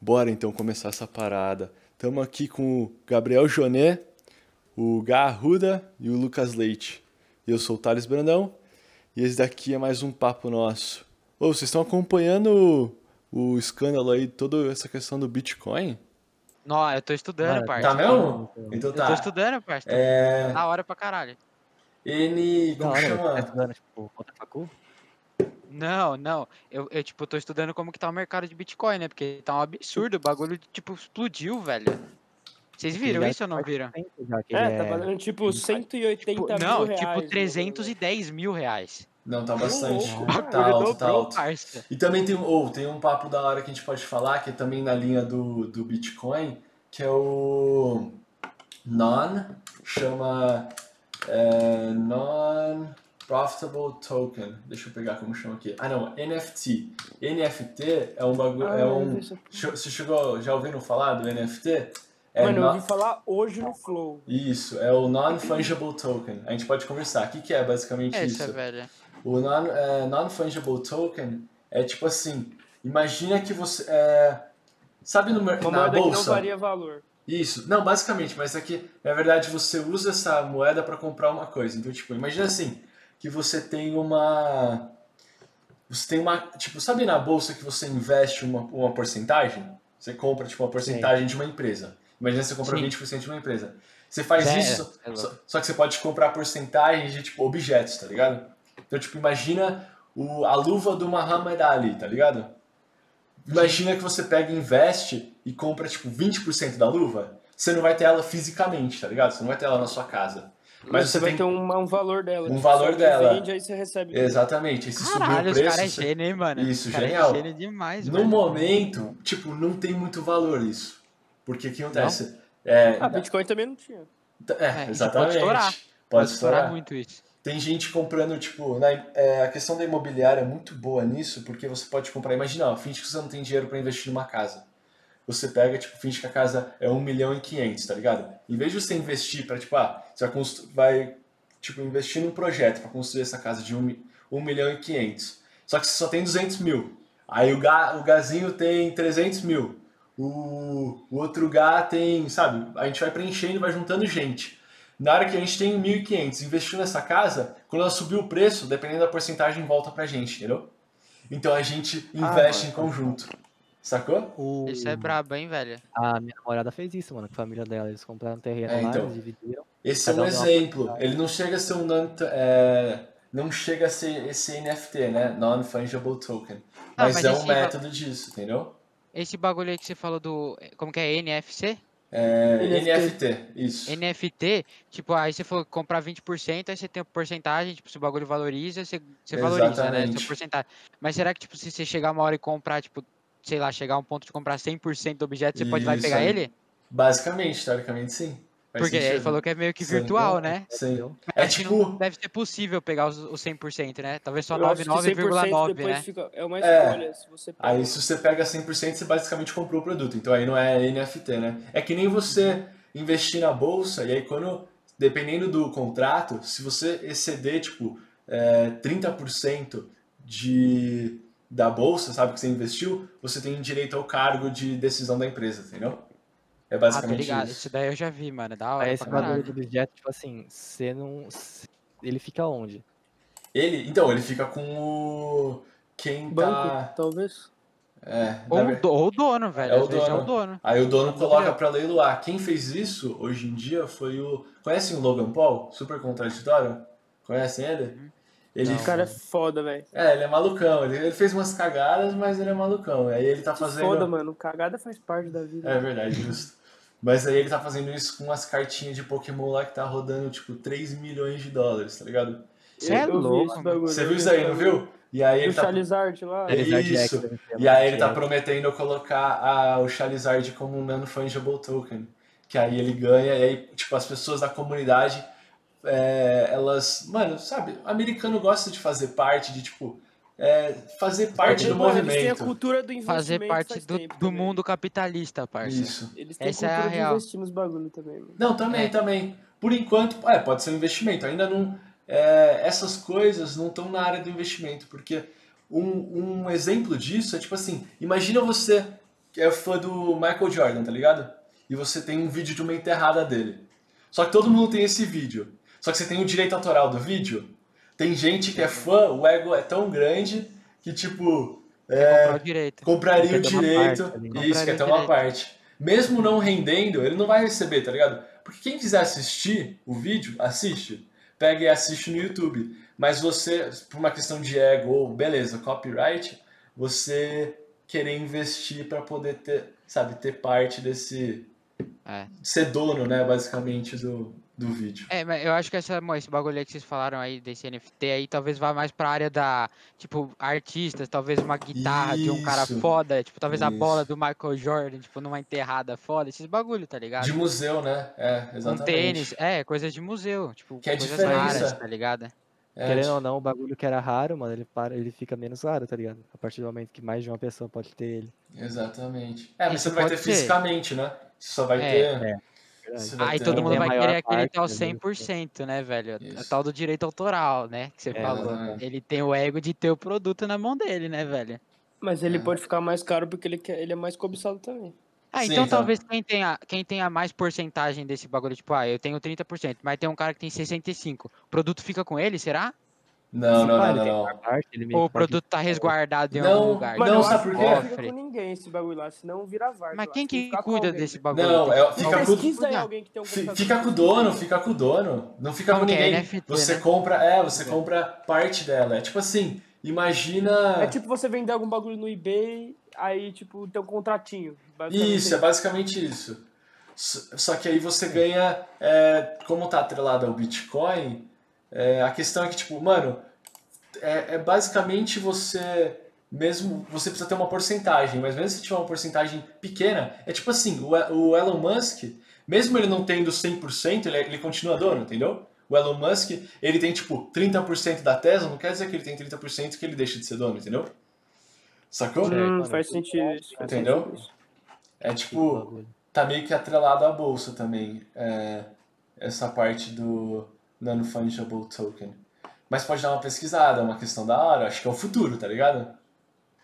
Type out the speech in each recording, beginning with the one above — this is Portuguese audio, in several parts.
Bora então começar essa parada. Estamos aqui com o Gabriel Joné, o Garruda e o Lucas Leite. Eu sou o Thales Brandão e esse daqui é mais um papo nosso. Ô, vocês estão acompanhando o, o escândalo aí, toda essa questão do Bitcoin? Não, eu tô estudando, Tá parça. mesmo? Então Eu tô tá. estudando, parça. É. Na hora pra caralho. N. Da Como hora, tá é- chama? estudando, tipo, contra facu? Não, não. Eu, eu, tipo, tô estudando como que tá o mercado de Bitcoin, né? Porque tá um absurdo. O bagulho, tipo, explodiu, velho. Vocês viram já isso ou não viram? Já que ele É, tá valendo tipo 180 Tipo, mil não, reais. tipo, mano. 310 mil reais. Não, tá bastante. louco, Tá alto, Ele tá dobrou, alto. parça. E também tem, ou tem um papo da hora que a gente pode falar, que é também na linha do, do Bitcoin, que é o Non, chama é, Non-Profitable Token. Deixa eu pegar como chama aqui. Ah não, NFT. NFT é um bagulho. Ah, É um, deixa- che- você chegou, já ouviram falar do NFT? É Mano, eu non- ouvi falar hoje no Flow. Isso, é o Non-Fungible Token. A gente pode conversar. O que, que é basicamente isso? Essa, velho. O non, é, non-fungible token é tipo assim, imagina que você. é, sabe no mercado Uma na moeda que não bolsa? varia valor. Isso. Não, basicamente, mas aqui, na verdade, você usa essa moeda para comprar uma coisa. Então, tipo, imagina assim, que você tem uma. Você tem uma. Tipo, sabe na bolsa que você investe uma, uma porcentagem? Você compra, tipo, uma porcentagem de uma empresa. Imagina você compra Sim. 20% de uma empresa. Você faz Zero. isso, É louco. só, só que você pode comprar porcentagem de, tipo, objetos, tá ligado? Então, tipo, imagina o, a luva do Muhammad Ali, tá ligado? Imagina que você pega e investe e compra, tipo, 20% da luva. Você não vai ter ela fisicamente, tá ligado? Você não vai ter ela na sua casa. Mas, você vai ter um... um, um valor dela. um tipo, valor você dela. Vende, aí você recebe. Exatamente. E se subir Caralho, o os preço... caras é você- gênio, hein, mano? Isso, Os caras genial. É gênio demais, No velho. momento, tipo, não tem muito valor isso. Porque o que acontece? É, Ah, Bitcoin também não tinha. é, pode exatamente. estourar. Pode estourar estourar. muito isso. Tem gente comprando, tipo, na- é, a questão da imobiliária é muito boa nisso, porque você pode comprar, imagina, ó, finge que você não tem dinheiro para investir numa casa. Você pega, tipo, finge que a casa é 1 milhão e 500, tá ligado? Em vez de você investir para, tipo, ah, você vai, constru- vai, tipo, investir num projeto para construir essa casa de 1, mi- 1 milhão e 500. Só que você só tem 200 mil. Aí o, ga, o gazinho tem 300 mil. O, o outro gá tem, sabe? A gente vai preenchendo, e vai juntando gente. Na hora que a gente tem 1.500 investiu nessa casa, quando ela subir o preço, dependendo da porcentagem, volta pra gente, entendeu? Então a gente investe em conjunto. Sacou? O- Isso é brabo, hein, velho? A minha namorada fez isso, mano, com a família dela. Eles compraram um terreno É, lá, então. eles dividiram. Esse é Cada um um dá uma exemplo. Ele não chega a ser um non, é, não chega a ser esse NFT, né? Non-fungible token. Ah, Mas, mas é esse um va- método disso, entendeu? Esse bagulho aí que você falou do. Como que é? NFC? É, NFT. NFT. isso. NFT, tipo, aí você for comprar 20%, aí você tem a porcentagem, tipo, se o bagulho valoriza, você, você valoriza, né? Exatamente. Sua porcentagem. Mas será que, tipo, se você chegar uma hora e comprar, tipo, sei lá, chegar a um ponto de comprar 100% do objeto, você pode ir lá e Isso pegar aí. ele? Basicamente, teoricamente sim. Faz Porque ele sentido. falou que é meio que Sim, virtual, então, né? Sim. Acho É que não tipo. deve ser possível pegar os, os 100%, né? Talvez só Eu acho que 100% 99,9, depois né? fica- É uma É. escolha. Se você pega. Aí se você pega 100%, você basicamente comprou o produto. Então aí não é NFT, né? É que nem você Uhum. investir na bolsa e aí quando, dependendo do contrato, se você exceder, tipo, é, 30% de, da bolsa, sabe, que você investiu, você tem direito ao cargo de decisão da empresa, entendeu? É Ah, tô basicamente ligado. Isso isso. É daí eu já vi, mano. Da hora pra Aí esse bagulho caralho. do objeto, tipo assim, você não. cê- Ele fica onde? Ele, então, ele fica com o... Quem um Banco, tá... talvez. É, Ou, na o ver- do- ou o dono, velho. o Às vezes é o dono. dono. Aí o dono coloca pra leiloar. Quem fez isso hoje em dia foi o. Conhecem o Logan Paul? Super contraditório? Conhecem ele? Ele. O Uhum. cara é foda, velho. É, ele é malucão. Ele, ele fez umas cagadas, mas ele é malucão. Aí ele tá fazendo. Foda, mano. Cagada faz parte da vida. É verdade, justo. Mas aí ele tá fazendo isso com umas cartinhas de Pokémon lá que tá rodando tipo 3 milhões de dólares, tá ligado? Cê é Eu vi esse louco, mano. bagulho, Você eu viu vi isso aí, esse não bagulho. viu? E aí ele O tá. Charizard lá. É Charizard isso. X, né, que é E aí ele tá Charizard. prometendo colocar a- o Charizard como um non-fungible token. Que aí ele ganha, e aí, tipo, as pessoas da comunidade, é, elas. Mano, sabe, americano gosta de fazer parte, de, tipo, é, fazer parte do Mano, Eles têm a movimento. cultura do investimento. Fazer parte faz do, tempo do também. mundo capitalista, parça. Isso. Eles têm Essa é a cultura real. de investir nos bagulho também, mano. Não, também, É. também. Por enquanto, é, pode ser um investimento. Ainda não. é, essas coisas não estão na área do investimento, porque um, um exemplo disso é tipo assim: imagina você que é fã do Michael Jordan, tá ligado? E você tem um vídeo de uma enterrada dele. Só que todo mundo tem esse vídeo. Só que você tem o direito autoral do vídeo. Tem gente que é fã, o ego é tão grande que, tipo, comprar o direito. compraria o Quer ter uma direito. parte, tá ligado? isso, quer Compraria ter o uma direito. parte. Mesmo não rendendo, ele não vai receber, tá ligado? Porque quem quiser assistir o vídeo, assiste. Pega e assiste no YouTube. Mas você, por uma questão de ego ou beleza, copyright, você querer investir pra poder ter, sabe, ter parte desse. É. ser dono, né, basicamente, do, do vídeo. É, mas eu acho que essa, mo- esse bagulho aí que vocês falaram aí desse NFT aí, talvez vá mais pra área da, tipo, artistas, talvez uma guitarra de um cara Isso, foda, tipo, talvez a bola isso. do Michael Jordan, tipo, numa enterrada foda, esses bagulho, tá ligado? De museu, né? É, um exatamente. tênis, é, coisas de museu, tipo, Que é a coisas diferença. raras, tá ligado? É, Querendo ou não, o bagulho que era raro, mano, ele, para, ele fica menos raro, tá ligado? A partir do momento que mais de uma pessoa pode ter ele. Exatamente. É, mas Isso você não vai ter pode ser. fisicamente, né? Você só vai É, ter. verdade. você vai Aí ter todo um- mundo a vai maior querer aquele parte, tal né, do- 100%, né, velho? O Isso. tal do direito autoral, né, que você É, falou. exatamente. Ele tem o ego de ter o produto na mão dele, né, velho? Mas ele É. pode ficar mais caro porque ele, quer- ele é mais cobiçado também. Ah, Sim, então então. talvez quem tenha, quem tenha mais porcentagem desse bagulho, tipo, ah, eu tenho 30%, mas tem um cara que tem 65%. O produto fica com ele, será? Não, não, não, Claro, não, tem não. uma parte, ele meio Ou o que pode- produto tá resguardado em Não, algum lugar? Mas eu não, acho sabe que por não quê? fica com ninguém esse bagulho lá, senão vira VAR. Mas lá, quem tem que ficar com cuida alguém. né? desse bagulho? Não, Tem que é- ter fica alguém com- que Pesquisa aí cuidar. alguém que tem um Fi- computador. Fica com o dono, fica com o dono. Não fica Como com que é ninguém. NFT, você né? compra, é, você compra parte dela. É tipo assim, imagina. É tipo você vender algum bagulho no eBay, aí, tipo, tem um contratinho. basicamente Isso, é basicamente isso. S- Só que aí você ganha, é, como tá atrelado ao Bitcoin, é, a questão é que, tipo, mano, é, é basicamente você mesmo, você precisa ter uma porcentagem, mas mesmo se tiver uma porcentagem pequena, é tipo assim, o, E- o Elon Musk, mesmo ele não tendo 100%, ele, é- ele continua dono, entendeu? O Elon Musk, ele tem tipo 30% da Tesla, não quer dizer que ele tem 30% que ele deixa de ser dono, entendeu? Sacou? Hum, Certo. faz sentido isso. faz Entendeu? sentido isso. É do tipo, bagulho. tá meio que atrelado à bolsa também, é, essa parte do Non-Fungible Token. Mas pode dar uma pesquisada, é uma questão da hora, acho que é o futuro, tá ligado?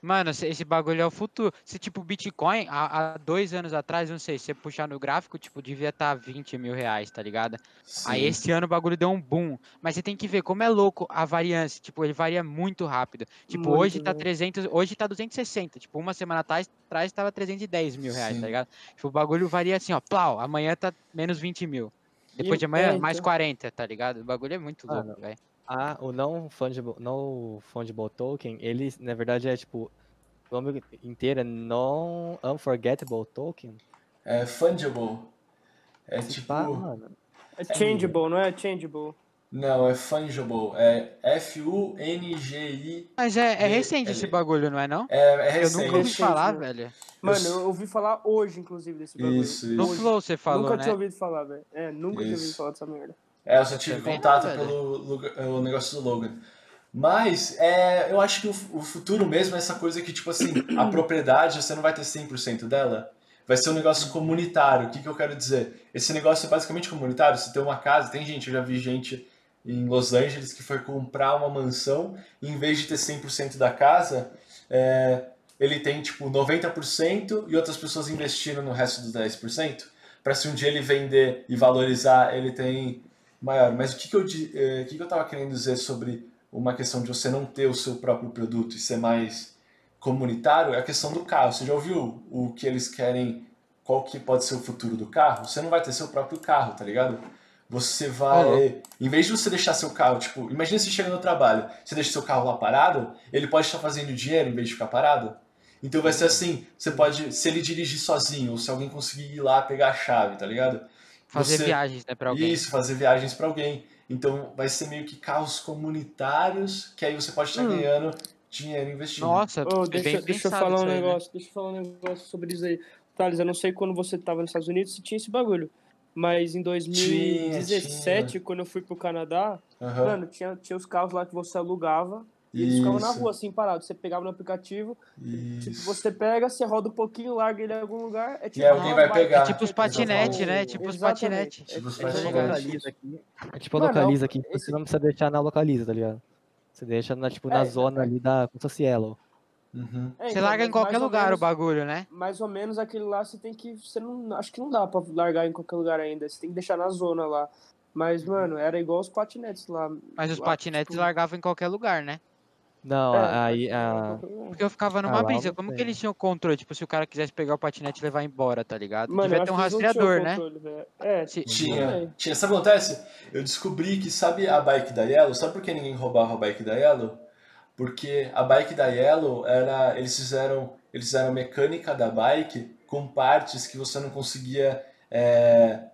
Mano, esse- esse bagulho é o futuro. Se, tipo, o Bitcoin, há, há dois anos atrás, não sei, se você puxar no gráfico, tipo, devia estar 20 mil reais, tá ligado? Aí esse ano o bagulho deu um boom. Mas você tem que ver como é louco a variância. Tipo, ele varia muito rápido. Tipo, Muito, hoje tá né? 300, hoje tá 260. Tipo, uma semana atrás, atrás tava 310 mil reais, Sim. tá ligado? Tipo, o bagulho varia assim, ó. Plau, amanhã tá menos 20 mil. Depois E- de amanhã, é, mais então. 40, tá ligado? O bagulho é muito Ah, louco, velho. Ah, o não fungible, não fungible token, ele na verdade é tipo, o nome inteiro é non unforgettable token. É fungible. É Se pá, tipo. "Ah, mano. É changeable, não é changeable. Não, é fungible. É F-U-N-G-I. Mas é, é E- recente esse ele- bagulho, não é não? É, é Eu nunca ouvi recente. falar, né? velho. Mano, s- eu ouvi falar hoje, inclusive, desse bagulho. Isso, No isso. Flow você falou, nunca né? tinha ouvido falar, velho. É, nunca tinha ouvido Isso. falar dessa merda. É, eu só Eu tive também não, contato velho. pelo lugar- é, o negócio do Logan. Mas é, eu acho que o, fu- o futuro mesmo é essa coisa que, tipo assim, a propriedade você não vai ter 100% dela. Vai ser um negócio comunitário. O que, que eu quero dizer? Esse negócio é basicamente comunitário. Você tem uma casa, tem gente, eu já vi gente em Los Angeles que foi comprar uma mansão e em vez de ter 100% da casa, é, ele tem tipo 90% e outras pessoas investiram no resto dos 10%. Para se um dia ele vender e valorizar, ele tem maior. Mas o que, que, eu, di- eh, o que, que eu tava querendo dizer sobre uma questão de você não ter o seu próprio produto e ser mais comunitário é a questão do carro. Você já ouviu o que eles querem, qual que pode ser o futuro do carro? Você não vai ter seu próprio carro, tá ligado? Você vai. Em vez de você deixar seu carro, tipo, imagina você chega no trabalho, você deixa seu carro lá parado, ele pode estar fazendo dinheiro em vez de ficar parado. Então vai ser assim, você pode, se ele dirigir sozinho, ou se alguém conseguir ir lá pegar a chave, tá ligado? Fazer Você- viagens, né, pra alguém. Isso, fazer viagens pra alguém. Então vai ser meio que carros comunitários, que aí você pode estar Hum. ganhando dinheiro investindo. Nossa, Ô, é bem deixa, deixa eu pensado falar um isso aí, né? negócio, deixa eu falar um negócio sobre isso aí. Thales, eu não sei quando você tava nos Estados Unidos se tinha esse bagulho. Mas em 2017, quando eu fui pro Canadá, Aham. mano, tinha, tinha os carros lá que você alugava e eles ficavam na Isso, rua, assim, parados. Você pegava no aplicativo, tipo, Isso. você pega, você roda um pouquinho, larga ele em algum lugar. É tipo, alguém vai uma- pegar. É tipo os patinete, né? Tipo os Exatamente. patinete. Tipo os É- A é gente tipo- patinete. localiza aqui. É tipo a Mano, localiza aqui, você esse- não precisa deixar na localiza, tá ligado? Você deixa na, tipo, É, na zona ali da como se fosse Yellow. Uhum. É, Você então, larga em mas qualquer mais ou lugar menos- o bagulho, né? Mais ou menos aquele lá você tem que. Você não, acho que não dá pra largar em qualquer lugar ainda. Você tem que deixar na zona lá. Mas, Uhum. mano, era igual os patinetes lá. Mas os Lá, patinetes tipo- largavam em qualquer lugar, né? Não, É, aí a. Porque eu ficava numa Ah, lá eu brisa. não Como que sei. eles tinham controle? Tipo, se o cara quisesse pegar o patinete e levar embora, tá ligado? Mano, eu Devia acho ter um que eles não tinham rastreador, né? controle, velho. É, Se- É. Tinha, tinha. Sabe o que acontece? Eu descobri que, sabe a bike da Yellow? Sabe por que ninguém roubava a bike da Yellow? Porque a bike da Yellow era. Eles fizeram, eles fizeram mecânica da bike com partes que você não conseguia é,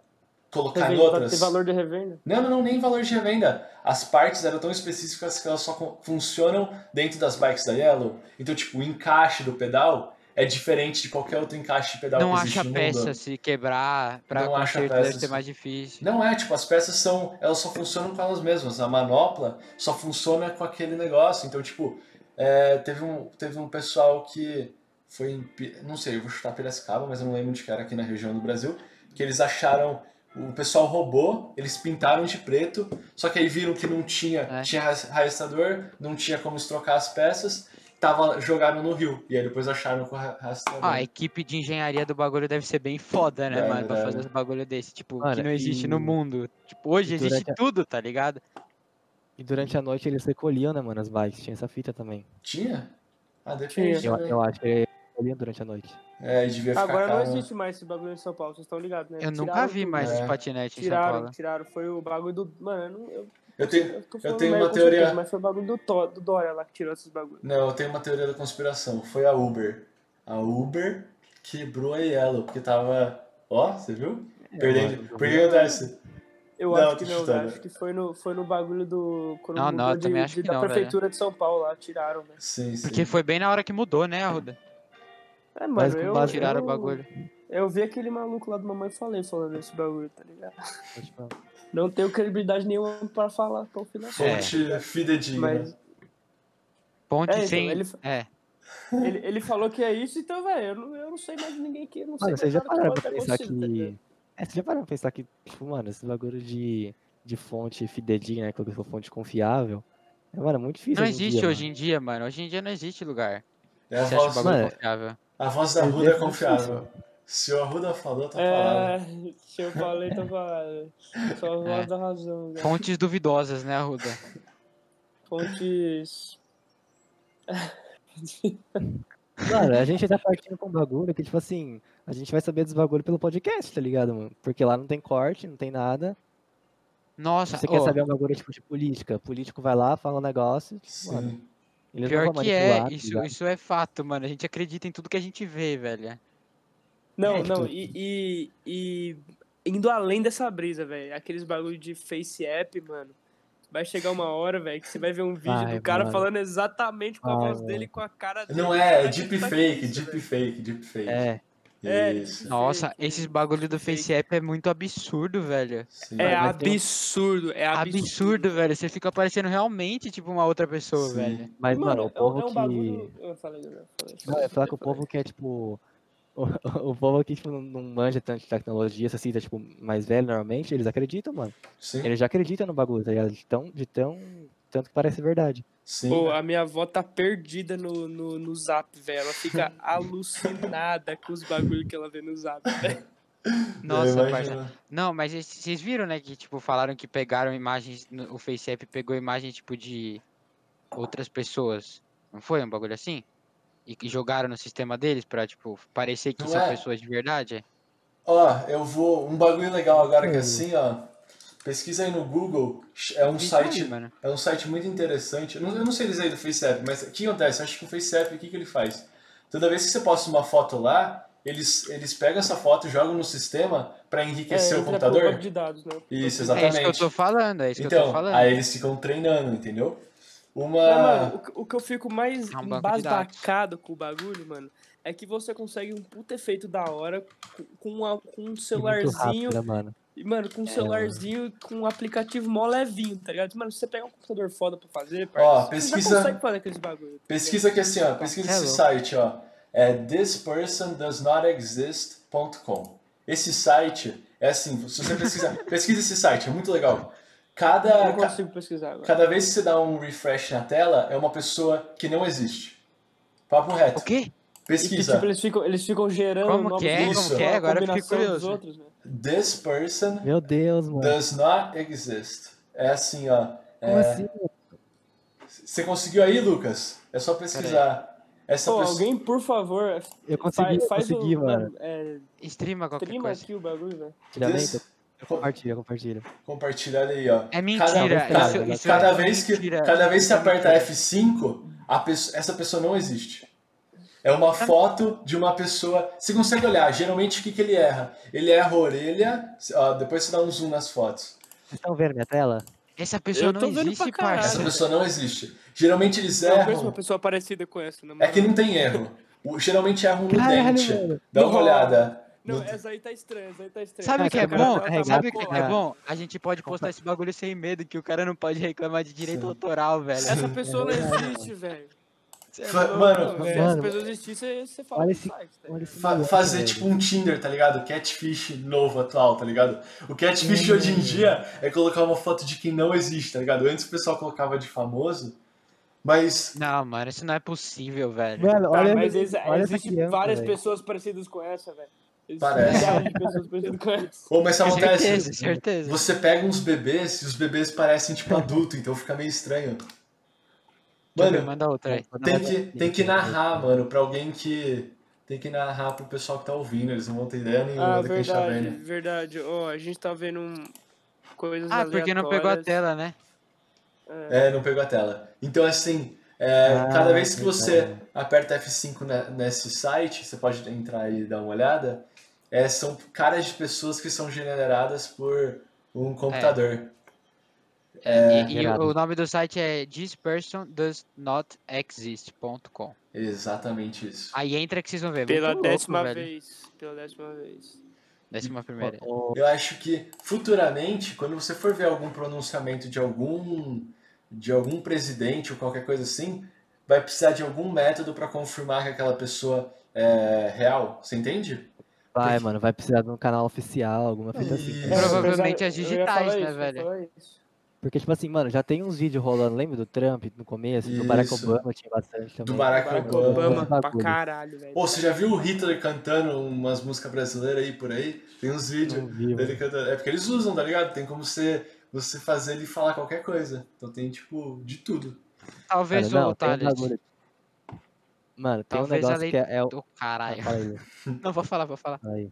colocar em tipo, revenda, outras. tem valor de revenda. Não, não, não, nem valor de revenda. As partes eram tão específicas que elas só con- funcionam dentro das bikes da Yellow. Então, tipo, o encaixe do pedal é diferente de qualquer outro encaixe de pedal não que existe acha no peça mundo. se quebrar, pra Não acha conserto deve peça, ser se- mais difícil. Não é, tipo, as peças são. Elas só funcionam com elas mesmas. A manopla só funciona com aquele negócio. Então, tipo, é, teve, um, teve um pessoal que foi em. Pi- Não sei, eu vou chutar Piracicaba, mas eu não lembro onde que era aqui na região do Brasil. Que eles acharam. O pessoal roubou, eles pintaram de preto, só que aí viram que não tinha. É. Tinha ra- rastreador, não tinha como trocar as peças, tava, jogaram no rio. E aí depois acharam com o ra- rastreador. Ah, a equipe de engenharia do bagulho deve ser bem foda, né, né? Deve, mano? Pra deve. fazer um bagulho desse, tipo, que Mano, não existe no e- é mundo. Tipo, hoje e existe durante a- tudo, tá ligado? E durante a noite eles recolhiam, né, mano, as bikes. Tinha essa fita também. Tinha? Ah, depende. Tinha. Eu, né? eu acho que eles recolhiam durante a noite. É, e devia ficar Agora não caro, né? existe mais esse bagulho em São Paulo, vocês estão ligados, né? Eu nunca Tiraram vi tudo. mais É. esse patinete em São Tiraram, Paulo. tiraram. Foi o bagulho do. Mano, eu não. Eu, Eu tenho, eu tô eu falando tenho merda, uma com teoria. certeza, mas foi o bagulho do, Tó- do Dória lá que tirou esses bagulhos. Não, eu tenho uma teoria da conspiração. Foi a Uber. A Uber quebrou a Yellow, porque tava. Ó, você viu? É, Perdendo. Por que acontece? Eu Não, acho tô que não, chutando. velho. Acho que foi no, foi no bagulho do. Quando Não, não, mudou eu de, também acho de- que da não, velho. prefeitura de São Paulo lá, tiraram, velho. Sim, sim. Porque foi bem na hora que mudou, né, Arruda? É, mano, Mas com eu. base- Tiraram eu, o bagulho. Eu vi aquele maluco lá do Mamãe Falei falando esse bagulho, tá ligado? Tipo, Não tenho credibilidade nenhuma pra falar, pra opinar. Fonte É. fidedigna. né? Mas Ponte É, então, sem. ele fa- É. ele, ele falou que é isso, então, velho, eu não, eu não sei mais de ninguém que. eu Não sei Mano, mais vocês já nada que pararam pode pra ter pensar acontecido, tá ligado? que. É, vocês já pararam pra pensar que, tipo, mano, esse bagulho de, de fonte fidedigna, né? Colocou fonte confiável. É, mano, é muito difícil. Não existe hoje em dia, mano. Hoje em dia não existe lugar. É a Você acha o voz, bagulho Mano, confiável. a voz da Ruda é confiável. Se o Arruda falou, tá falado. É, se eu falei, tô falando. Só a voz É. da razão, velho. Fontes duvidosas, né, Arruda? Fontes. dia. Mano, a gente tá partindo com um bagulho que, tipo assim, a gente vai saber dos bagulhos pelo podcast, tá ligado, mano? Porque lá não tem corte, não tem nada. Nossa, Se você quer ô, saber um bagulho tipo de política, político vai lá, fala um negócio, tipo, mano, Sim. eles pior não vão que é. manipular, tá Isso, ligado? isso é fato, mano. A gente acredita em tudo que a gente vê, velho. Não, É, não, então. e, e, e indo além dessa brisa, velho, aqueles bagulho de face app, mano. Vai chegar uma hora, velho, que você vai ver um vídeo Vai, do cara mano. Ah, falando exatamente com a Vai, voz dele, com a cara dele. Não é, é Cara, que tá deepfake, isso, velho? deepfake, deepfake. É, É, Isso. Nossa, Fake, esses bagulho do fake. Face App é muito absurdo, velho. Sim. É Mas tem um- absurdo, é absurdo. Absurdo, velho. Você fica parecendo realmente tipo uma outra pessoa, Sim. velho. mas, mano, Mano, o povo é um, que. bagulho. Eu falei, eu falei. Não, eu ia falar que o povo que é, tipo. O, o povo que, tipo, não- não manja tanto de tecnologia, se assim, tá, tipo, mais velho normalmente, eles acreditam, mano. Sim. Eles já acreditam no bagulho, tá ligado? De tão, de tão. Tanto que parece verdade. Sim. Pô, a minha avó tá perdida no, no, no zap, velho. Ela fica alucinada com os bagulhos que ela vê no zap, velho. Eu Nossa, imagino. parça. Não, mas esse- vocês viram, né, que tipo falaram que pegaram imagens, no- o Face App pegou imagem tipo de outras pessoas. Não foi um bagulho assim? E que jogaram no sistema deles pra, tipo, parecer que Não são é? pessoas de verdade? Ó, eu vou. Um bagulho legal agora Hum. que é assim, ó. Pesquisa aí no Google. É um Isso site. aí, mano. É um site muito interessante. Eu não, eu não sei dizer do FaceApp, mas o que acontece? Eu acho que o FaceApp, o que, que ele faz? Toda vez que você posta uma foto lá, eles, eles pegam essa foto e jogam no sistema pra enriquecer é o entra pro banco computador. de dados, né? Isso, É isso que eu tô exatamente. falando, é isso que eu tô Então, falando. aí eles ficam treinando, entendeu? Ah, Mas, Uma. mano, o que- o, que eu fico mais É um banco de embasbacado com o bagulho, mano, é que você consegue um puta efeito da hora com, com a- com um E muito celularzinho. rápido, né, mano? E, mano, com um É. celularzinho, com um aplicativo mó levinho, tá ligado? Mano, se você pegar um computador foda pra fazer, parça, você pesquisa- já consegue fazer aqueles bagulho. tá Pesquisa aqui assim, ó. Pesquisa É esse louco. site, ó. É thispersondoesnotexist.com. Esse site é assim, se você pesquisar, pesquisa esse site, é muito legal. ligado? Cada, Eu não ca- consigo pesquisar agora. cada vez que você dá um refresh na tela, é uma pessoa que não existe. Papo reto. O quê? E que, Pesquisa. tipo, eles ficam, eles ficam gerando Como novos que é? bichos, Como só que é? a Agora eu fiquei combinação dos curioso. outros, né? This person Meu Deus, mano. does not exist. É assim, ó. Como assim? Você conseguiu aí, Lucas? É só pesquisar. Essa Pô, pessoa- alguém, por favor, Eu consegui, faz, eu faz consegui, o. mano. É, Streama qualquer trima coisa. aqui o bagulho, né? velho. Tiramento? This- Compartilha, compartilha. Compartilhar aí, ó. É Cada, mentira, cada- isso- isso cada é vez que, mentira. cada vez que você Isso é aperta mentira. F5, a pesso- essa pessoa não existe. É uma Tá. foto de uma pessoa. Você consegue olhar, geralmente o que, que ele erra? Ele erra a orelha, ó, depois você dá um zoom nas fotos. Vocês estão vendo minha tela? Essa pessoa Eu não tô vendo existe, pra caralho. Essa parça. pessoa não existe. Geralmente É, eles Eu conheço uma erram. pessoa parecida com essa, né, na É moral. que não tem erro. O- Geralmente erram no Caralho, dente. mano. Dá uma Não. olhada. Não, No- essa aí tá estranha, essa aí tá estranha. Sabe o que é Cara, bom? tá carregado, Sabe o que é porra. bom? A gente pode postar esse bagulho sem medo, que o cara não pode reclamar de direito autoral, velho. Essa pessoa não existe, velho. Cê é Fa- louco, mano, Não, velho, mano, Se a pessoa existisse, você fala olha no esse- site, tá Olha ligado? esse Fa- maluco, fazer velho. tipo um Tinder, tá ligado? Catfish novo, atual, tá ligado? O catfish Uhum. hoje em dia é colocar uma foto de quem não existe, tá ligado? Antes o pessoal colocava de famoso, mas Não, mano, isso não é possível, velho. Mano, Tá, olha, mas ex- olha essa existem criança, várias velho. pessoas parecidas com essa, velho. Existem Parece. milhares de pessoas parecidas com essa. ou mas acontece, Certeza, certeza. você pega uns bebês e os bebês parecem tipo adulto, então fica meio estranho. Deixa eu ver, Mano, manda outra aí. tem que tem que narrar, mano, pra alguém que tem que narrar pro pessoal que tá ouvindo, eles não vão ter ideia nenhuma Ah, do que a gente tá verdade, vendo. verdade. Ó, a gente tá vendo um... coisas Ah, porque não pegou a aleatórias. tela, né? É, não pegou a tela. Então, assim, é, Ah, cada vez que você verdade. aperta F5 ne- nesse site, você pode entrar e dar uma olhada, é, são caras de pessoas que são generadas por um computador. e e irado. o nome do site é thispersondoesnotexist.com. Exatamente isso. Aí entra que vocês vão ver. Pela É Muito louco, décima velho. vez. Pela décima vez. Décima primeira. Ô, ô, Eu acho que futuramente, quando você for ver algum pronunciamento de algum de algum presidente ou qualquer coisa assim, vai precisar de algum método para confirmar que aquela pessoa é real. Você entende? vai, mano, vai precisar de um canal oficial, alguma fita assim. Isso. tá ligado? Provavelmente as É, Eu ia digitais, né, falar isso, eu ia velho? falar isso. Porque, tipo assim, mano, já tem uns vídeos rolando, lembra do Trump no começo? Do Barack Isso. Obama tinha bastante também. Do Barack Barack Obama. Obama pra Bagulho. caralho, velho. Ô, você já viu o Hitler cantando umas músicas brasileiras aí por aí? Tem uns Não vídeos vi, dele mano. cantando. É porque eles usam, tá ligado? Tem como você, você fazer ele falar qualquer coisa. Então tem, tipo, de tudo. Cara, Talvez o não, tem um Thales. bagulho. Mano, tem um tá, Talvez a negócio lei que é, é o. Do Ah, caralho. fala aí, Não, vou falar, vou falar. fala aí.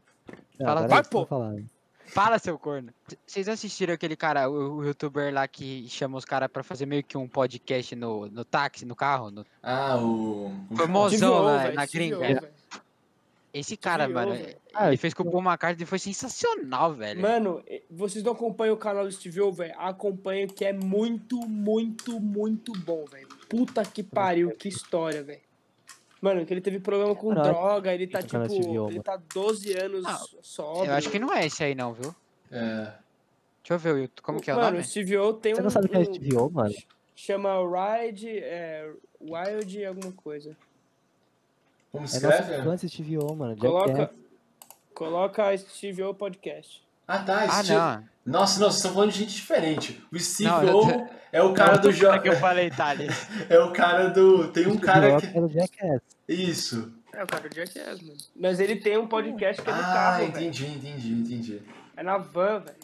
Não, Fala- agora Vai, eu preciso pô! falar, né? Fala, seu corno. C- Vocês assistiram aquele cara, o, o youtuber lá que chama os caras pra fazer meio que um podcast no, no táxi, no carro? no- Ah, o. Famoso. mozão TVO, na- velho, na TVO, gringa. velho. Esse cara, viu, mano, velho? Ah, ele fez com o Paul McCartney e foi sensacional, velho. Mano, eh, vocês não acompanham o canal do Steve O, velho? Acompanha que é muito, muito, muito bom, velho. Puta que pariu, que história, velho. Mano, que ele teve problema com Caralho. droga, ele tá O canal do tipo. Steve O, ele mano. tá 12 anos Ah, sóbrio. Eu acho que não é esse aí não, viu? É. Deixa eu ver o YouTube, como que é o mano, nome? o Steve O tem Você um. não sabe o que é um- HBO, mano? Chama Ride, é, Wild alguma coisa. Como se É nossa escreve? infância HBO, mano. Coloca. Jackass. Coloca Steve O Podcast. Ah, tá. Ah, Steve... não. Nossa, não, vocês estão falando de gente diferente. O Steve Não, eu O tô- é o cara Não, do outro jo... que eu falei, Thales. É o cara do. Tem um cara HBO que. era é o Jackass. Isso. É o cara do Jackass, mano. Mas ele tem um podcast que é do Ah, carro, velho. entendi, entendi, entendi. É na van, velho.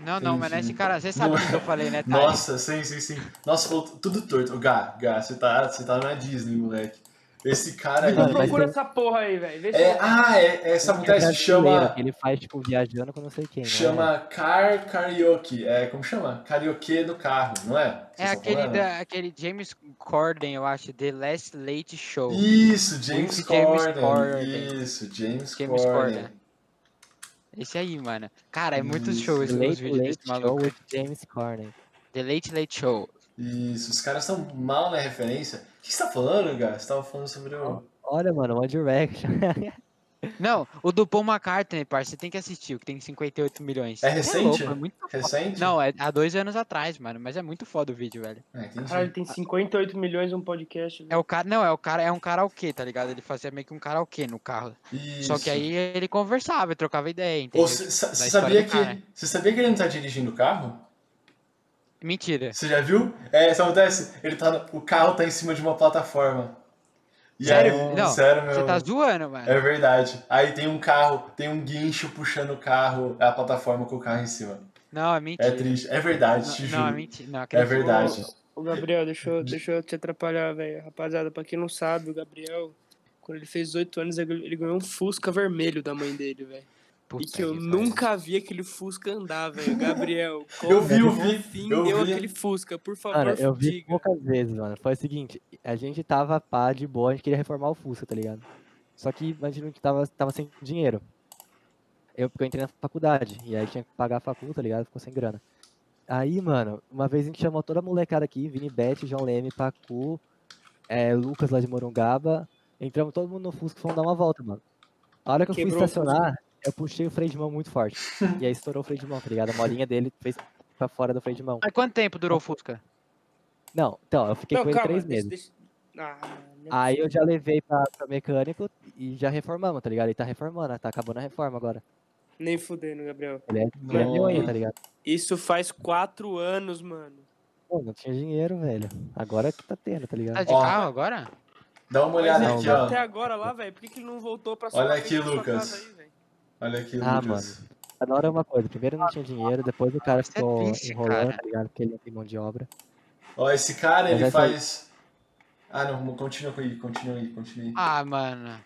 Não, não, mas Entendi. nesse cara, você sabe o que eu falei, né, Thales? Nossa, sim, sim, sim. Nossa, falou tudo torto. Ô, Gá, Gá, você tá, você tá na Disney, moleque. Esse cara aí. Mano, mas Procura tem- essa porra aí, velho. Vê se É, ah, é, é essa Ele é mulher se brasileiro, chama. que Ele faz, tipo, viajando com não sei quem. né? Chama Car Karaoke. É, como chama? Karaokê no carro, não é? É Vocês estão aquele, falando? da, aquele James Corden, eu acho, The Last Late Show. Isso, James, James Corden. Corden. Isso, James, James Corden. Corden. Esse aí, mano. Cara, é muito Isso. show esse, os Late vídeos Late desse maluco. Show with James Corden. The Late Late Show. Isso, os caras são mal na referência. O que você tá falando, Gá? Você tava falando sobre o. Olha, mano, One Direction. Não, o do Paul McCartney, parça, você tem que assistir, o que tem 58 milhões. É Cê recente? louco, é muito foda. Recente? Não, é há dois anos atrás, mano, mas é muito foda o vídeo, velho. Ah, entendi. Caralho, tem 58 milhões um podcast. É o cara, não, é o cara, é um karaokê, tá ligado? Ele fazia meio que um karaokê no carro. Isso. Só que aí ele conversava, ele trocava ideia, entendeu? Ou você sa- Da você história sabia do que. cara. Você sabia que ele não tá dirigindo o carro? Mentira. Você já viu? É, isso acontece. Ele tá, no- o carro tá em cima de uma plataforma. E Sério? aí, Não, sério, meu. Você tá zoando, mano. É verdade. Aí tem um carro, tem um guincho puxando o carro, a plataforma com o carro em cima. Não, é mentira. É triste. É verdade, te Não, juro. não, é mentira. Não, é acredito. verdade. Ô, Gabriel, deixa eu, deixa eu te atrapalhar, velho. Rapaziada, pra quem não sabe, o Gabriel, quando ele fez 8 anos, ele ele ganhou um Fusca vermelho da mãe dele, velho. E Puta que eu pariu. nunca vi aquele Fusca andar, velho. Gabriel, como Eu vi, eu vi, no fim eu deu vi. aquele Fusca? Por favor, Cara, eu vi diga. poucas vezes, mano. Foi o seguinte, a gente tava pá de boa, a gente queria reformar o Fusca, tá ligado? Só que imagina que tava, tava sem dinheiro. Eu, porque eu entrei na faculdade, e aí tinha que pagar a faculdade, tá ligado? Ficou sem grana. Aí, mano, uma vez a gente chamou toda a molecada aqui, Vini Beth, João Leme, Pacu, é, Lucas lá de Morungaba. Entramos todo mundo no Fusca e fomos dar uma volta, mano. A hora que eu Quebrou o fui estacionar, eu puxei o freio de mão muito forte. e aí estourou o freio de mão, tá ligado? A molinha dele fez pra fora do freio de mão. Mas quanto tempo durou o Fusca? Não, então, eu fiquei Não, com ele calma, três meses. deixa- deixa- Ah, não é Aí eu possível. já levei pra, pra mecânico e já reformamos, tá ligado? Ele tá reformando, tá acabando a reforma agora. Nem fudendo, Gabriel. Ele é, ele é meu ainda, tá ligado? Isso faz quatro anos, mano. Pô, não tinha dinheiro, velho. Agora que tá tendo, tá Tá ligado? de Ó. carro agora? Dá uma Mas é. olhada ele aqui, tá ó. até agora lá, velho. Por que, que ele não voltou pra Olha frente aqui, da sua Lucas. casa aí, velho? Olha aqui, Ah, Lucas. Cada hora é uma coisa. Primeiro não tinha dinheiro, depois o cara Isso é ficou triste, enrolando, cara. tá ligado? Porque ele não tem mão de obra. Ó, esse cara, Mas é ele essa- faz. Ah, não, continua com ele, continua aí, continua aí. Ah, mano.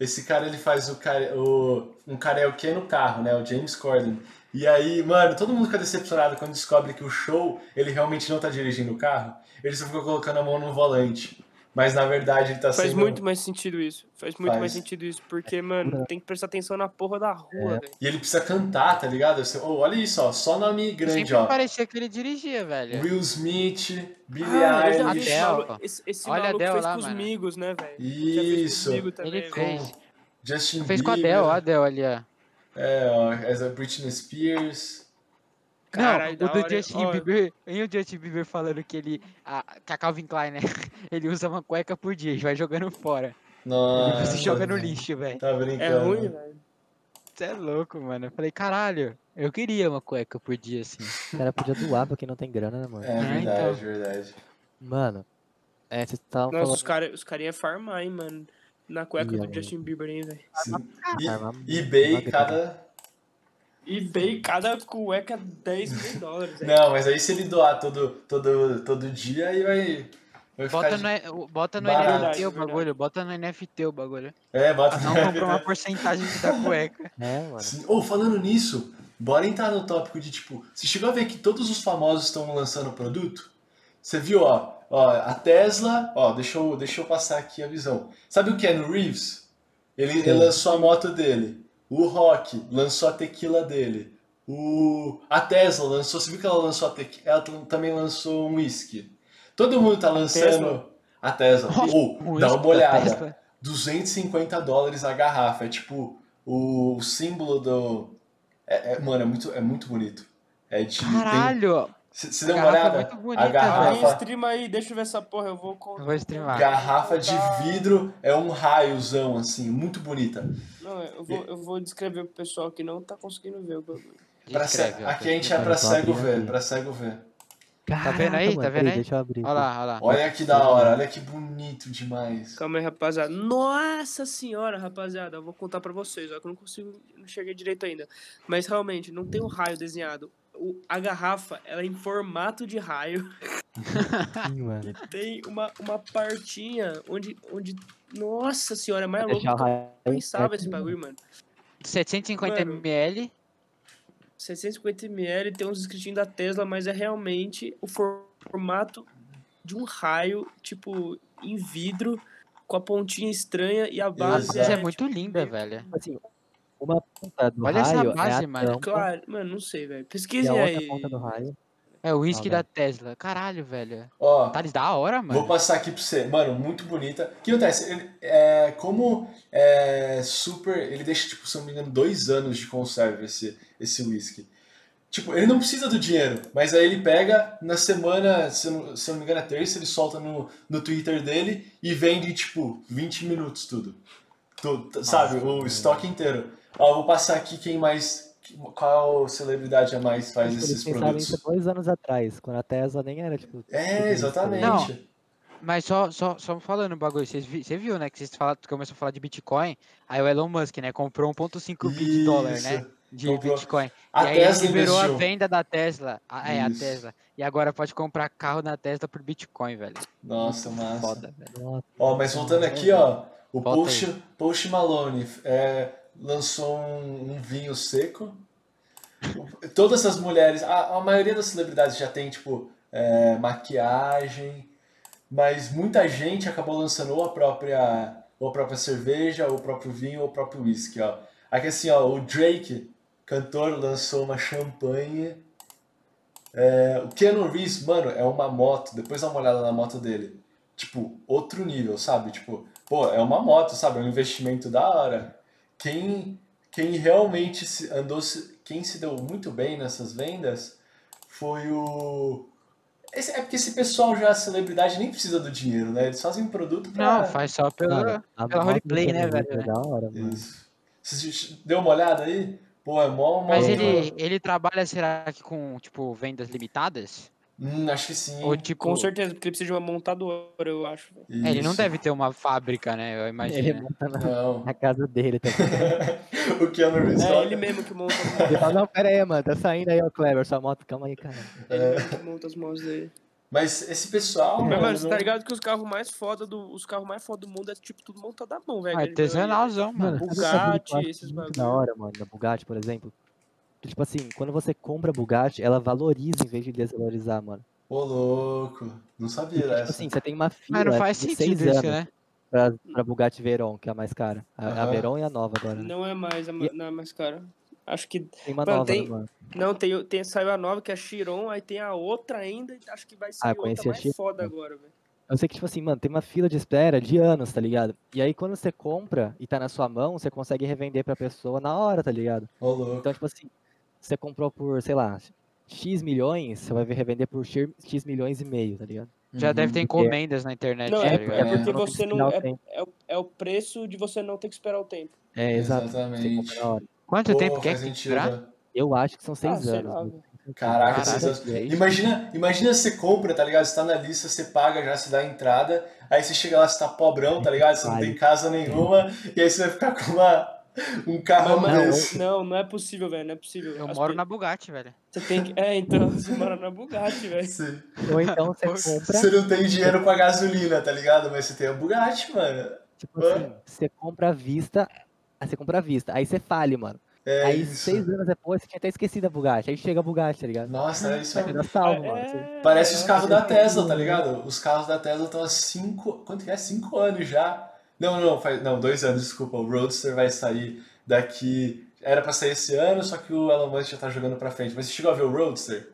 Esse cara, ele faz o, care... o... um karaokê no carro, né? O James Corden. E aí, mano, todo mundo fica decepcionado quando descobre que o show, ele realmente não tá dirigindo o carro. Ele só ficou colocando a mão no volante. Mas na verdade ele tá Faz sendo. muito mais sentido isso. Faz muito Faz. mais sentido isso. Porque, mano, tem que prestar atenção na porra da rua, velho. E ele precisa cantar, tá ligado? Você- Oh, olha isso, ó. Só nome grande, Sempre ó. parecia que ele dirigia, velho. Will Smith, Billie Ah, eu já vi Eilish. esse Adele, maluco- pô. Esse, esse Olha a maluco Adele fez lá, com os mano. amigos, né, velho? Já fez Isso. comigo também, Ele velho. fez. Justin Fez com a Bieber. Del, a Del ali, ó. É, ó. Essa Britney Spears. Caralho, não, é da o do hora. Justin Ó, Bieber, e o Justin Bieber falando que ele, a, que a Calvin Klein, né, ele usa uma cueca por dia, ele vai jogando fora, Nossa. ele se joga no lixo, velho, Tá É brincando. né? ruim, velho. você é louco, mano, eu falei, caralho, eu queria uma cueca por dia, assim, O cara podia doar pra quem não tem grana, né, mano? É então. verdade, verdade. Mano, é, vocês estavam Nossa, os falando. caras os cara iam farmar, hein, mano. Na cueca Ia, do é mano. Justin Bieber, hein, velho. E- Ah, mas- eBay, uma grana. cada. eBay, cada cueca 10 mil dólares, velho. Não, mas aí se ele doar todo, todo, todo dia, aí vai. vai ficar bota de- é no, e- o- bota no Barato. NFT o Verdade, bagulho, bota no NFT o bagulho, É, bota Ah, não comprou uma porcentagem da cueca, É, mano. Sim. Ou falando nisso, bora entrar no tópico de tipo, você chegou a ver que todos os famosos estão lançando produto? Você viu, ó, ó, a Tesla, ó, deixa eu, deixa eu passar aqui a visão. Sabe o Ken Reeves? Ele, ele lançou a moto dele. O Rock lançou a tequila dele. O a Tesla lançou, você viu que ela lançou a tequila, ela tam- também lançou um whisky. Todo mundo tá lançando Tesla? a Tesla. Ou Um dá uísque uma da olhada. Tesla. 250 dólares a garrafa. É tipo o, o símbolo do. É, é- mano, é muito, é muito bonito. É de. caralho, Você a deu uma garrafa é olhada? muito bonita, a Alguém garrafa, streama aí, deixa eu ver essa porra, eu vou... co- eu vou streamar, garrafa de vidro é um raiozão, assim, muito bonita. Não, eu vou, eu vou descrever pro pessoal que não tá conseguindo ver o bagulho. Pra ce- descreve, ó, Aqui a gente é Cara, pra Então, tô cego abrindo ver, aqui. pra cego ver. Tá vendo aí? Tá Caraca, mano, vendo peraí, aí? Deixa eu abrir. olha lá, olha lá, Olha que da hora, olha que bonito demais. Calma aí, rapaziada. Nossa senhora, rapaziada. Eu vou contar pra vocês, ó, que eu não consigo, não cheguei direito ainda. Mas realmente, não tem um raio desenhado. O- a garrafa, ela é em formato de raio. Sim, mano. E tem uma, uma partinha onde, onde... Nossa senhora, é mais louco Deixar o do que raio. eu pensava é esse bagulho, mano. 750 Mano. ml, 650ml tem uns escritinhos da Tesla, mas é realmente o formato de um raio, tipo, em vidro, com a pontinha estranha e a base Mas Mas é tipo, muito linda, meio- velho. assim, uma ponta do Olha essa raio é base, a mano. tampa, Claro, mano, não sei, velho. e a Pesquisem outra aí. ponta do raio. É o uísque Não, da Tesla. Caralho, velho. Ó, Thales, da hora, Vou mano. passar aqui pra você. Mano, muito bonita. O que acontece? Ele, é, como é super. Ele deixa, tipo, se eu não me engano, dois anos de conserva esse, esse whisky. Tipo, ele não precisa do dinheiro, mas aí ele pega na semana, se eu não, se eu não me engano, é terça, ele solta no, no Twitter dele e vende, tipo, 20 minutos tudo. Tu- tu- sabe, o estoque inteiro. Ó, eu vou passar aqui quem mais. Qual celebridade a mais faz Tipo, esses eles pensaram isso produtos? dois anos atrás, quando a Tesla nem era, tipo. tudo É, isso, exatamente. Não, Mas só, só, só falando um bagulho, você viu, né, que vocês falaram, começou a falar de Bitcoin, aí o Elon Musk, né, comprou 1.5 bi de dólar, né, de comprou. Bitcoin. A e aí é Tesla ele liberou investiu. a venda da Tesla, ah, é, a Isso. Tesla, e agora pode comprar carro na Tesla por Bitcoin, velho. Nossa, Muito massa. Foda, velho. Ó, mas voltando aqui, ó, o Volta Post, Post Malone é, lançou um, um vinho seco. O- Todas essas mulheres, a, a maioria das celebridades já tem, tipo, é, maquiagem, mas muita gente acabou lançando ou a própria, ou a própria cerveja, ou o próprio vinho, ou o próprio whisky, ó. Aqui assim, ó, o Drake, cantor, lançou uma champanhe. É, o Keanu Reeves, mano, é uma moto, depois dá uma olhada na moto dele tipo, outro nível, sabe? Tipo, pô, é uma moto, sabe? É um investimento da hora. Quem, quem realmente se andou, se- quem se deu muito bem nessas vendas foi o. Esse- é porque esse pessoal já, a celebridade, nem precisa do dinheiro, né? Eles fazem um produto pra. Não, faz só pela... a pela moto roleplay, do né, Keanu Reeves velho? É da hora, mano. Isso. Vocês deu uma olhada aí? Pô, é mó. mó- Mas ele, ele trabalha, será que com, tipo, vendas limitadas? Hum, acho que sim. Ou, tipo, Com certeza, porque ele precisa de uma montadora, eu acho. velho. é, ele não Isso. deve ter uma fábrica, né, eu imagino. Ele né? monta na, Não. na casa dele tá também. o Keanu Reeves É olha- ele mesmo que monta, Ele fala, não, pera aí, mano, tá saindo aí, ó, Kleber, sua moto, calma aí, cara. ele mesmo que monta as mãos dele. Mas esse pessoal. É. Mas, mano, mano, você tá ligado que os carros mais foda do, os carros mais foda do mundo é tipo tudo montado à mão, Ah, é velho. Artesanalzão, mano. sabe um bagulho que eu Bugatti, acho esses muito bagulho. Da hora, mano, da Bugatti, por exemplo. Que, Tipo assim, quando você compra a Bugatti, ela valoriza em vez de desvalorizar, mano. Ô, louco, não sabia Porque, tipo dessa. assim, você tem uma fila Mas não faz de sentido seis isso, anos né? pra, pra Bugatti Veyron, que é a mais cara. A, a Aham. Veyron é a nova agora, né? Não é mais, a ma- não é mais cara. Acho que. Tem uma Mano, nova, tem- né, mano? Não, tem, tem, saiu a nova, que é a Chiron, aí tem a outra ainda, e acho que vai sair Ah, outra conheci a mais Chiron. foda agora, velho. Eu sei que, tipo assim, mano, tem uma fila de espera de anos, tá ligado? E aí, quando você compra e tá na sua mão, você consegue revender pra pessoa na hora, tá ligado? Ô, louco. Então, tipo assim, você comprou por, sei lá, X milhões, você vai ver revender por X X milhões e meio, tá ligado? Já deve ter Uhum. encomendas na internet, Não, tá é, ligado? é porque Eu não você tenho não. sinal, É, tem. é, o- é o preço de você não ter que esperar o tempo. É, exato. Você Exatamente. compra na hora. Quanto Pô, tempo que é faz que tem que sentido. durar? Eu acho que são Ah, seis sei anos. né? lá, mano. velho. Caraca, Caraca, vocês que isso. Imagina, imagina você compra, tá ligado? Você tá na lista, você paga já, você dá a entrada, aí você chega lá, você tá pobrão, tá ligado? Você não tem casa nenhuma, e aí você vai ficar com uma, um carro Mas, mano, desse. não, não é possível, velho. Não é possível. Eu As moro pe- na Bugatti, velho. Você tem que. É, então, você mora na Bugatti, velho. Você, Ou então você compra, você não tem dinheiro pra gasolina, tá ligado? Mas você tem a Bugatti, mano. tipo assim, você compra à vista, aí você compra à vista, aí você fale, mano. É aí isso. seis anos depois você tinha até esquecido a Bugatti, aí chega a Bugatti, tá ligado? Nossa, é isso Vai é te dar salvo, É, mano. assim. Você- Parece os é, carros da Tesla, tá ligado? Os carros da Tesla estão há cinco. Quanto que é? Cinco anos já. Não, não, faz. Não, dois anos, desculpa. O Roadster vai sair daqui. Era pra sair esse ano, só que o Elon Musk já tá jogando pra frente. Mas você chegou a ver o Roadster?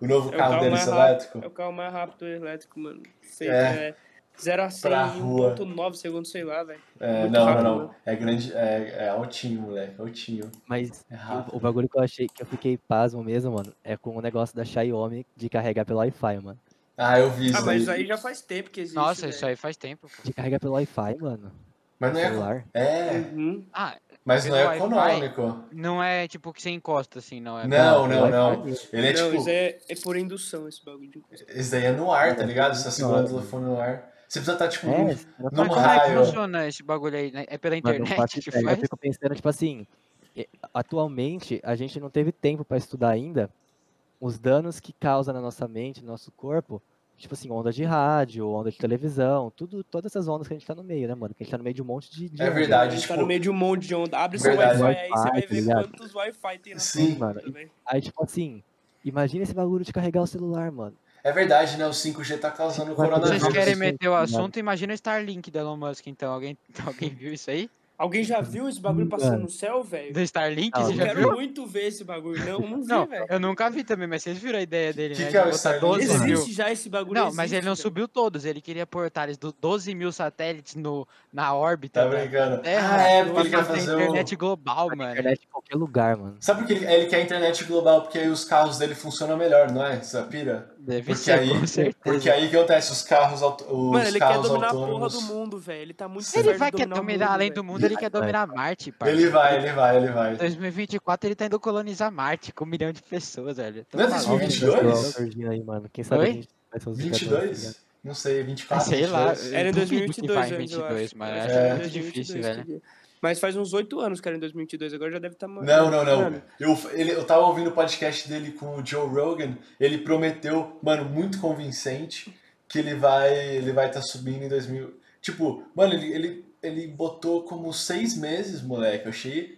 O novo É o carro carro deles mais rápido. elétrico? É o carro mais rápido elétrico, mano. Sei, É. é. 0 a 100 Pra em rua. 1.9 segundos, sei lá, velho. Ah, É, muito não, rápido, não, não. né? É grande. É, é altinho, moleque. Altinho. Mas É o, o rápido. bagulho que eu achei que eu fiquei pasmo mesmo, mano, é com o negócio da Xiaomi de carregar pelo Wi-Fi, mano. Ah, eu vi Ah, isso mas aí. aí já faz tempo que existe. Nossa, velho. isso aí faz tempo. pô. De carregar pelo Wi-Fi, mano. Mas não é. Celular. É, Uhum. Ah, mas não Pelo é Wi-Fi. econômico. não é tipo que você encosta assim, não é? Não, pelo não, não. Wi-Fi mesmo. Ele é não, tipo. isso é, é por indução esse bagulho de coisa. Esse daí é no ar, tá ligado? Você tá segurando o Nossa. telefone no ar. Você precisa estar, tipo, É, num- esse cara numa Mas como é que raio. funciona esse bagulho aí? né? É pela Mano, eu, faço internet que ideia, eu faz? fico pensando, tipo assim, e- atualmente a gente não teve tempo pra estudar ainda os danos que causa na nossa mente, no nosso corpo, tipo assim, onda de rádio, onda de televisão, tudo, todas essas ondas que a gente tá no meio, né, mano? Que a gente tá no meio de um monte de. de É onda, A verdade, gente tá tipo, no meio de um monte de onda. Abre Verdade. seu Wi-Fi aí, você vai Wi-Fi, tá ver ligado? quantos Wi-Fi tem na Sim, sua mano. vida, velho. Aí, tipo assim, imagina esse bagulho de carregar o celular, mano. é verdade, né? O 5G tá causando Vocês Vocês coronavírus. querem Não, meter o não. assunto? Imagina o Starlink do Elon Musk, então. Alguém, alguém viu isso aí? Alguém já viu esse bagulho passando no céu, velho? Do Starlink? Não, Você Eu já quero viu? muito ver esse bagulho. Não, não Não, vi, velho. eu nunca vi também, mas vocês viram a ideia dele, Que né? que de é o botar Starlink? 12 Existe mil. já esse bagulho. Não, mas ele não existe, velho. subiu todos. Ele queria portares do 12 mil satélites no, na órbita né? Tá da brincando. Terra. Ah, é, porque pra ele quer fazer fazer internet o. global, Na mano. internet em qualquer lugar, mano. Sabe por que ele, ele quer a internet global? Porque aí os carros dele funcionam melhor, não é? Essa pira? Deve Porque ser, aí- com certeza. Porque aí o que acontece? Os carros, auto- os Mano, ele quer carros dominar a porra autônomos. do mundo, velho. Ele tá muito Ele certo vai de querer dominar o dominar mundo, além velho. do mundo, ele quer Vai, vai. dominar Marte, parça. Ele vai, ele vai, ele vai. 2024 ele tá indo colonizar Marte com um milhão de pessoas, velho. Tá Tô Não é falando. 2022? Surgindo aí, mano. Quem sabe a Oi? gente vai ser os Vingadores, tá ligado? 22? Não sei, 24, Ah, Sei lá. 22. Era em duvido que 2022, vai em eu acho. 22, mas É. acho é era em muito difícil, 2022 velho. que dia. Mas faz uns oito anos que era em 2022, agora já deve tá estar... Não, não, não. Eu, ele, eu tava ouvindo o podcast dele com o Joe Rogan. Ele prometeu, mano, muito convincente, que ele vai ele vai estar subindo em 2000. Tipo, mano, ele, ele, ele botou como seis meses, moleque. Eu achei.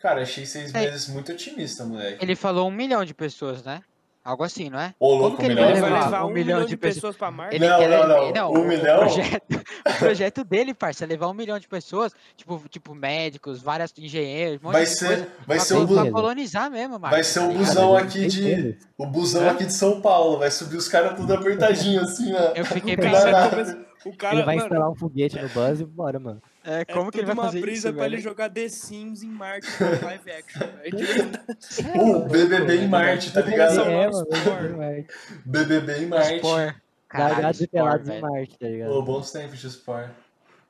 Cara, achei seis É. meses muito otimista, moleque. Ele falou um milhão de pessoas, né? Algo assim, não é? Ô, Como louco, que ele melhor. Ele vai Levar levar um, milhão, de pessoas pra Marte? Ele Não, quer- não, não. Um o milhão? Projeto, o projeto dele, parça, é levar um milhão de pessoas, tipo, tipo médicos, várias engenheiros, um monte Vai de ser, coisa, vai pra- ser o bem- bu- pra colonizar mesmo, Marte. ser um o tá ligado? busão Cara, aqui eu de- entendo. o busão aqui de São Paulo. Vai subir os caras tudo apertadinho, assim, ó. Eu fiquei O cara, pensando, Caralho. começa- o cara, Ele vai mano, instalar um foguete no Buzz e bora, mano. é, é como que ele tudo vai uma fazer brisa isso, pra ele velho? jogar The Sims em Marte com live action, velho. Tipo, Uh, BBB em Marte, tá ligado? Começa- É, mano, BBB em Marte. BBB em Marte. Spore. Largados e Spore, pelados em velho. Marte, tá ligado? Ô, bons tempos de Sport.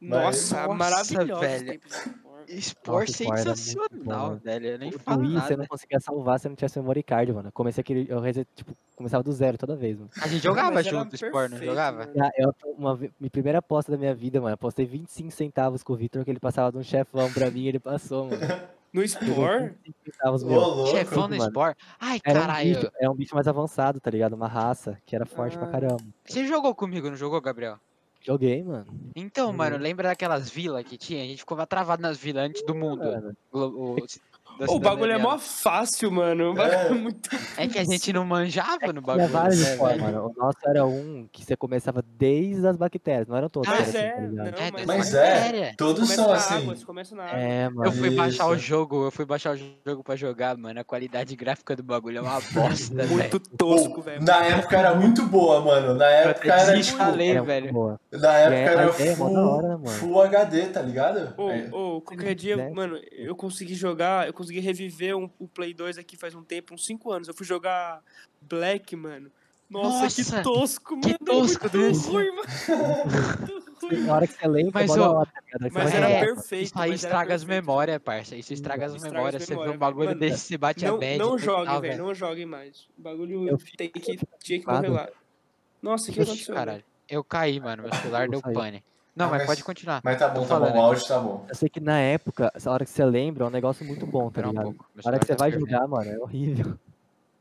Nossa, Nossa, maravilhoso. velho. Spore Nossa, Spore era muito sensacional, bom, velho. Eu nem O falo Wii, você nada. não conseguia salvar se não tivesse memory card, mano. Comecei aquele. Eu reset, tipo, começava do zero toda vez, mano. A gente jogava Mas era junto, Spore, não perfeito, jogava? mano. Ah, Eu, uma, ve- minha primeira aposta da minha vida, mano. Apostei 25 centavos com o Victor, que ele passava de um chefão pra mim e ele passou, mano. No Spore? 25 centavos, Ô, meu. louco. Chefão é do mano. Spore. Ai, Era um, bicho, caralho. era um bicho mais avançado, tá ligado? Uma raça que era forte Ah. pra caramba. Você jogou comigo, não jogou, Gabriel? Joguei, mano. Então, Joguei. mano, lembra daquelas vilas que tinha? A gente ficava travado nas vilas antes do mundo. Mano, O, o- da Ô, O bagulho é cidadania. mó fácil, mano. O bagulho é muito É que a gente não manjava no tinha bagulho. É vários né, esportes, velho? mano. O nosso era um que você começava desde as bactérias, não eram todos. Mas era é, assim, tá ligado? não, mas- Mas Sério? é, todos Começa são na assim. água, você começa na água. É, mano. Eu fui baixar o Isso. jogo, eu fui baixar o jogo pra jogar, mano. A qualidade gráfica do bagulho é uma bosta, velho. Muito Pô, tosco, velho. na época era muito boa, mano. Na Eu época era até tipo, desinstalei, Era muito velho. boa. na época É, era mas é, mó da full, hora, mano. full HD, tá ligado? Ô, É. ô, qualquer dia, né? mano, eu consegui jogar, eu consegui reviver um- o Play 2 aqui faz um tempo, uns 5 anos. Eu fui jogar Black, mano. Nossa, Nossa, que tosco, que mano. tosco muito desse. ruim, mano. Muito ruim. Na hora que você lembra, Mas, mó da ô, hora, tá ligado? Você Mas vai era jogar. perfeito. Isso aí mas era estraga as perfeito. memórias, parça. Isso estraga as Estraga as memórias. Você vê memórias, um bagulho mano. desse, você bate a Não, bad. não tal, né? joguem, velho. Não joguem mais. O bagulho Eu tem que, fiquei tinha que preocupado. correr lá. Nossa, o que Ixi, aconteceu? né? velho? Caralho, eu caí, mano. Meu celular Eu deu saí. pane. Não, Ah, mas mas- pode continuar. Mas tá bom, Tô tá bom. falando O áudio tá bom. Eu sei que na época, a hora que você lembra, é um negócio muito bom, tá Espera um ligado? pouco. meu a hora celular que você tá vai fervendo. jogar, mano, é horrível.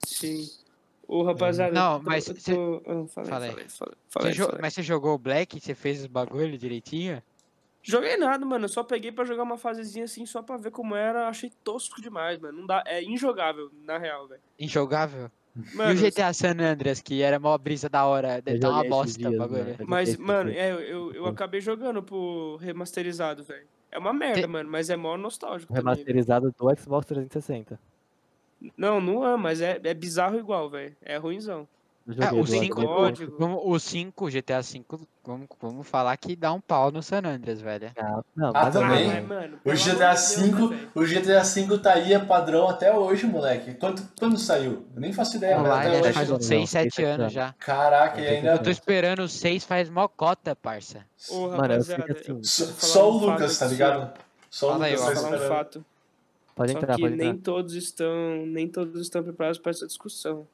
Sim. Ô, rapaziada. Não, eu tô- mas eu cê- tô- ah, Falei, Fala aí. falei, falei. Você falei, jo- falei. Mas você jogou o Black? Você fez os bagulho direitinho? Joguei nada, mano. Eu só peguei pra jogar uma fasezinha assim, só pra ver como era. Achei tosco demais, mano. Não dá, é injogável, na real, velho. Injogável? Mano, E o GTA San Andreas, que era mó brisa da hora. Deve Eu tá uma joguei esses bosta o dias, bagulho. né? mano. mas, Esse- mano, é, eu, eu, eu Pô. acabei jogando pro remasterizado, velho. É uma merda, Tem- mano, mas é mó nostálgico. também, velho. Remasterizado do Xbox 360. não, não é, mas é, é bizarro igual, velho. É ruimzão. Eu É, joguei o do 5, Xbox. código. o- vamos- o 5, GTA V, vamos, vamos falar que dá um pau no San Andreas, velho. Ah, não, Ah, mas também? tá mano, mano. O pelo GTA amor de Deus, né, V, velho? o GTA V tá aí, é padrão até hoje, moleque. Quanto, quando saiu? Eu nem faço É, ideia, mas Online até eu acho acho Tá faz que hoje. uns não, 6, fiquei 7 anos chateado. já. Caraca, e ainda. Eu tô esperando o 6 faz mocota, parça. Ô, Mano, eu fico rapaziada, assim. Só, Vou falar só o um fato Lucas, tá aqui, ligado? Só o Fala aí, Lucas Vou tá falar um esperando. fato. Pode Só entrar, que pode nem entrar. todos estão, nem todos estão preparados para essa discussão.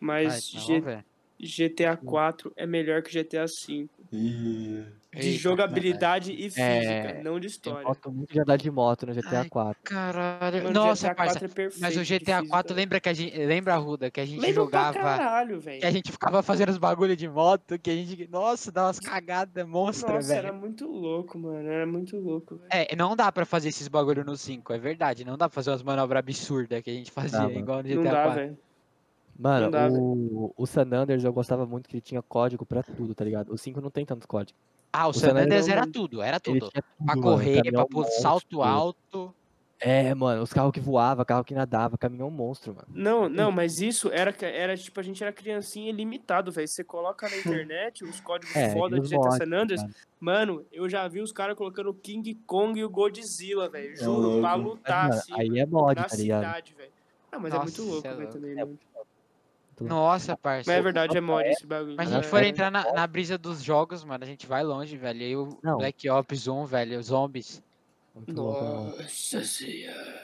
Vai, Mas então, G- vamos ver. GTA 4 é melhor que GTA 5 Ih, de Eita, jogabilidade e física, É, não de Eu história. gosto muito de andar de moto no GTA Ai, 4. Caralho. Mano, Nossa, GTA parça. 4 é perfeito. Mas o de GTA física, 4 velho. lembra que a gente. Lembra, Ruda, que a gente Lembra pra jogava. É caralho, Que a velho. gente ficava fazendo os bagulhos de moto, que a gente. Nossa, dá umas cagadas Nossa, monstras, velho. era muito louco, mano. Era muito louco, velho. É, não dá pra fazer esses bagulho no 5, é verdade. Não dá pra fazer umas manobras absurdas que a gente fazia mano. igual no Não GTA dá, 4. velho. Mano, Não dá, o, o San Andreas eu gostava muito que ele tinha código pra tudo, tá ligado? O 5 não tem tanto código. Ah, o Os San anéis Andreas não- era tudo, era Ele tudo. tinha tudo, Pra mano, correr, pra caminhão pôr um monstro. salto alto. É, mano, os carros que voavam, carro que nadava, caminhão monstro, mano. Não, não, mas isso era, ca- era tipo, a gente era criancinha ilimitado, velho. Você coloca na internet os códigos É, foda de eles GTA morrem, San Andreas, cara. Mano, eu já vi os caras colocando o King Kong e o Godzilla, velho. É Juro, louco. pra Mas, lutar, mano, assim, aí mano, é mod, na tá ligado? cidade, velho. Ah, mas é Nossa, muito louco, cê é velho, louco. também, É, tá mano. Nossa, parça. Mas é verdade, é mod esse bagulho. Mas se a né? gente for É. entrar na, na brisa dos jogos, mano, a gente vai longe, velho. E o Não. Black Ops 1, velho, os zombies. Muito louco, né, mano? Nossa senhora.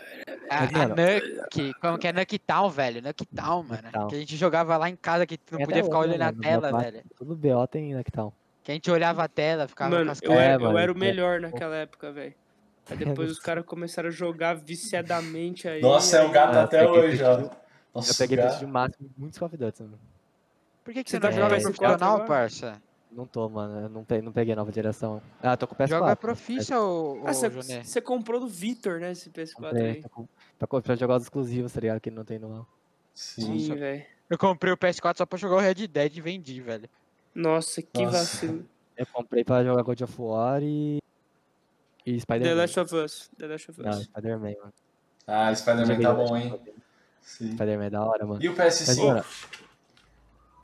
A, Mas, a mano, Nuck, como que é Nuck Town, velho? Nuck Town, mano. Town. Que a gente jogava lá em casa, que tu não Tem podia até ficar hoje, olhando né, a mano? tela, Meu pai- velho. Todo BO tem né, Nectown. Que a gente olhava a tela, ficava com Mano, as eu caras. era, É, mano, eu era o é. melhor naquela época, velho. Aí depois os caras começaram a jogar viciadamente aí. Nossa, é o gato Ah, até peguei hoje, ó. perfil. Nossa, Eu peguei o pra gato. assistir o máximo muitos Call of Duty, mano. Por que, que Você você tá não jogando joga esse quatro profissional, agora? parça? Não tô, mano. Eu não peguei, não peguei a nova geração. Ah, tô com o PS4. Joga né? profissa, ô, ô Ah, Joné. você comprou do Vitor, né, esse PS4 Comprei, aí. tô com- Pra, co- pra jogar os exclusivos, tá ligado? Que não tem no. Sim. Sim, velho. Eu comprei o PS4 só pra jogar o Red Dead e vendi, velho. Nossa, que Nossa. vacilo. Eu comprei pra jogar God of War e. E The Spider-Man. Last of Us. The Last of Não, Us. Spider-Man, mano. Ah, Spider-Man Joguei tá The Last bom, of hein? Us, Sim. Spider-Man é da hora, mano. E o Mas, PS5? mano,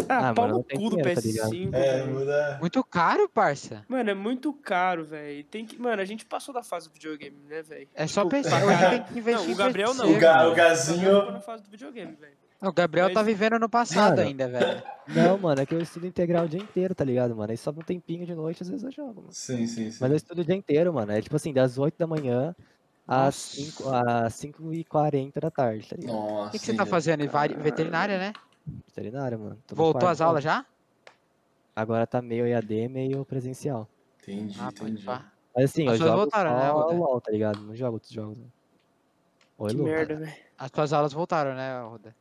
Ah, Ah, pau mano, no não tem cu do dinheiro, tá ligado? PS5. É, velho. muda. Muito caro, parça. Mano, é muito caro, velho. Tem que... Mano, a gente passou da fase do videogame, né, velho? É só Tipo, pensar. pagar- Hoje tem que investir. Não, o em Gabriel não. né? você, O, ga, mano. o Gabriel ficou Gazinho. na fase do videogame, velho. O Gabriel tá Mas- vivendo no passado Mano. ainda, velho. Não, mano, é que eu estudo integral o dia inteiro, tá ligado, mano? Aí sobra um tempinho de noite, às vezes eu jogo, mano. Sim, sim, sim. Mas eu estudo o dia inteiro, mano. É tipo assim, das 8 da manhã às Nossa. 5, às 5 e 40 da tarde, tá ligado? Nossa. O que, que você hein, tá velho. fazendo? Vari- Veterinária, né? Veterinário, mano. Tô no Voltou quarto, às aulas já? Agora tá meio EAD, meio presencial. Entendi, Ah, pode entendi. pá. Mas assim, As eu suas jogo voltaram, né, só Roda? LOL, tá ligado? Não jogo outros jogos. né? Oi, Que Lu. merda, velho. As tuas aulas voltaram, né, Roda?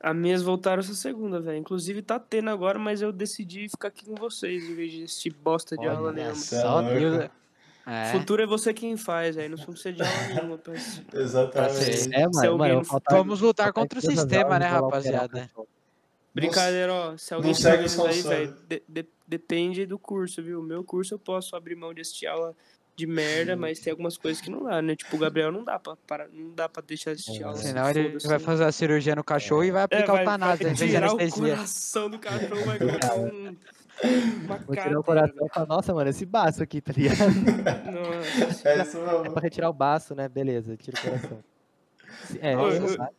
As minhas voltaram essa segunda, velho. Inclusive tá tendo agora, mas eu decidi ficar aqui com vocês em vez de assistir bosta de aula Olha nenhuma. só, Tá louco. Deus. É. Futuro é você quem faz, aí não precisa de aula nenhuma, parceiro. Exatamente. É, Se mano, alguém mano, eu vou não- faltar- Vamos lutar faltar em Tá contra o todas as sistema, aulas, né, vou lá operar o rapaziada? cachorro. Brincadeira, ó. Se alguém não tiver segue os ouvindo aí, conselhos. velho, de- de- depende do curso, viu? O meu curso eu posso abrir mão de assistir aula de merda, mas tem algumas coisas que não dá, né? Tipo, o Gabriel não dá pra, parar- não dá pra deixar de assistir aula. assim, Senão ele foda-se, vai né? fazer a cirurgia no cachorro e vai É, aplicar vai, o Tanás, vai em vez de tirar o anestesia. coração do cachorro, vai colocar um, uma Vou tirar cadeira. o coração e falar, nossa, mano, esse baço aqui, tá ligado? Nossa. É isso É mesmo. pra retirar o baço, né? Beleza, tira o coração. Se- É, Ô, quem não eu- sabe,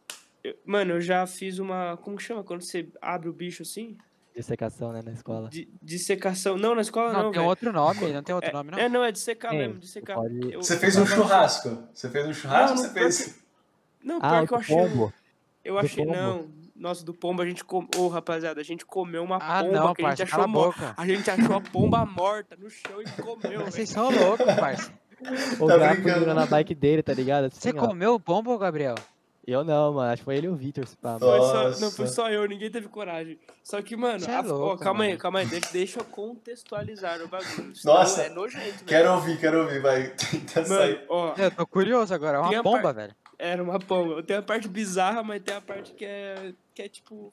Eu- Mano, eu já fiz uma. Como que chama? Quando você abre o bicho assim? dissecação, né, na escola. De, dissecação. Não, na escola não, Não, tem velho. outro nome, não tem outro nome, não. É, não, é dissecar Tem, mesmo, dissecar. pode- Eu- Você fez um tava- churrasco. Você fez um churrasco Não, você não fez. Não, pior Ah, o que eu um- do achei. pombo. Eu do achei. pombo. Não. Nossa, do pombo a gente comeu. Ô, rapaziada, a gente comeu uma Ah, pomba não, que a gente parça, achou cala a morta. boca. A gente achou a pomba morta no chão e comeu. Mas velho. Vocês são loucos, parça. O Tá Gapo brincando. segurando a bike dele, tá ligado? Assim, Você ó. comeu o pombo, Gabriel? Eu não, mano. Acho que foi ele e o Vitor, se pá, mano. Foi só- não, Nossa. foi só eu, ninguém teve coragem. Só que, mano, Cê é a- louco, ó, calma aí, mano. calma aí, deixa, deixa eu contextualizar o bagulho. senão Nossa, é nojento, velho. Quero ouvir, quero ouvir, vai. Tenta Mano, sair. ó, Eu tô curioso agora, é Tem uma a par- pomba, velho. Era uma pomba. Tem a parte bizarra, mas tem a parte que é, que é tipo.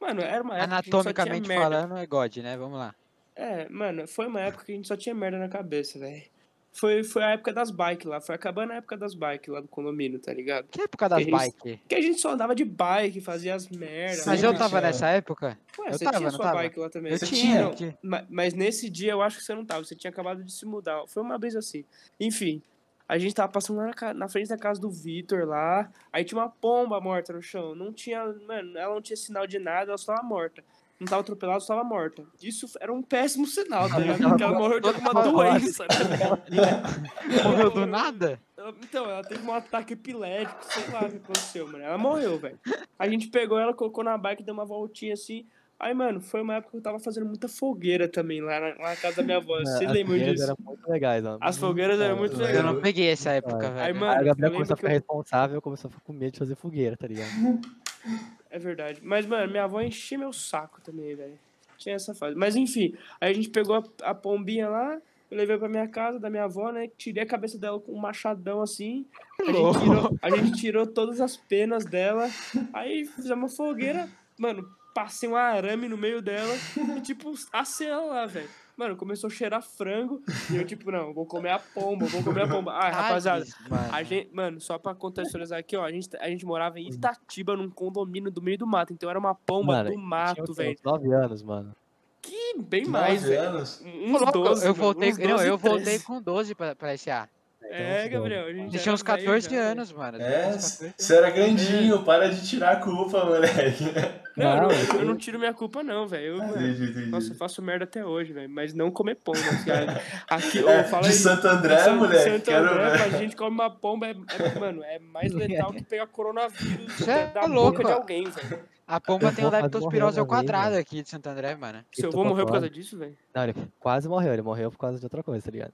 Mano, era uma época que a gente só tinha Anatomicamente merda. falando, é God, né? Vamos lá. É, mano, foi uma época que a gente só tinha merda na cabeça, velho. Foi, foi a época das bikes lá, foi acabando a época das bikes lá do condomínio, tá ligado? Que época das Eles- bikes? Que a gente só andava de bike, fazia as né? merdas. Mas Sim, eu tava tinha. nessa época? Ué, eu você tava, tinha não sua tava? bike lá também. Eu Você um tinha, eu tinha. ma- Mas, nesse dia eu acho que você não tava, você tinha acabado de se mudar. Foi uma vez assim. Enfim, a gente tava passando lá na, ca- na frente da casa do Vitor lá, aí tinha uma pomba morta no chão. Não tinha, mano, ela não tinha sinal de nada, ela só tava morta. Não tava atropelada, só tava morta. Isso era um péssimo sinal, tá ligado? Porque ela morreu de alguma doença, né? Morreu do nada? Ela- Então, ela teve um ataque epilético, sei lá o que aconteceu, mano. Ela morreu, velho. A gente pegou ela, colocou na bike, deu uma voltinha assim. Aí, mano, foi uma época que eu tava fazendo muita fogueira também lá na, lá na casa da minha avó. Mano, Vocês É, as lembram fogueiras disso? eram muito legais, mano. As fogueiras eram muito Eu Eu legais. não peguei essa época, Aí, Aí, velho. mano, Aí o eu Gabriel lembro começou a que ficar eu... responsável, começou a ficar com medo de fazer fogueira, tá ligado? É verdade. Mas, mano, minha avó enchia meu saco também, velho. Tinha essa fase. Mas, enfim, aí a gente pegou a, a pombinha lá, eu levei pra minha casa, da minha avó, né? Tirei a cabeça dela com um machadão assim. A gente, tirou, a gente tirou todas as penas dela. Aí fizemos uma fogueira. Mano, passei um arame no meio dela. E tipo, acena lá, velho. Mano, começou a cheirar frango. E eu, tipo, não, vou comer a pomba, vou comer a pomba. Ah, rapaziada. Tades, mano. É. A gente, mano, só pra contextualizar aqui, ó. A gente, a gente morava em Itatiba, num condomínio do meio do mato. Então era uma pomba Mano, do eu tinha mato, uns velho. 9 anos, mano. Ih, Bem mais, Nove velho. anos? Ô, Uns louco, 12, eu mano, voltei, uns não, 12, eu voltei 13. com 12 pra, pra esse A. É, Gabriel, a gente Você tinha uns era velho 14 já, velho. anos, mano. É, Uns 14 você era grandinho, para de tirar a culpa, moleque. Não, Não, eu, não, eu não tiro minha culpa, não, velho. Eu- Entendi, entendi. Nossa, eu faço merda até hoje, velho. Mas não comer pomba, cara. Aqui, É, eu falo de aí, Santo André, Santo- moleque. Santo quero André, ver. pra gente come uma pomba, é, é- mano, é mais letal que pegar coronavírus Cê é da louco, boca de ó. alguém, velho. A pomba Eu tem o vou- eu vou leptospirose ao morrer uma vez, quadrado aqui de Santo André, mano. Se eu tô vou morrer por concordo. causa disso, velho. Não, ele quase morreu. Ele morreu por causa de outra coisa, tá ligado?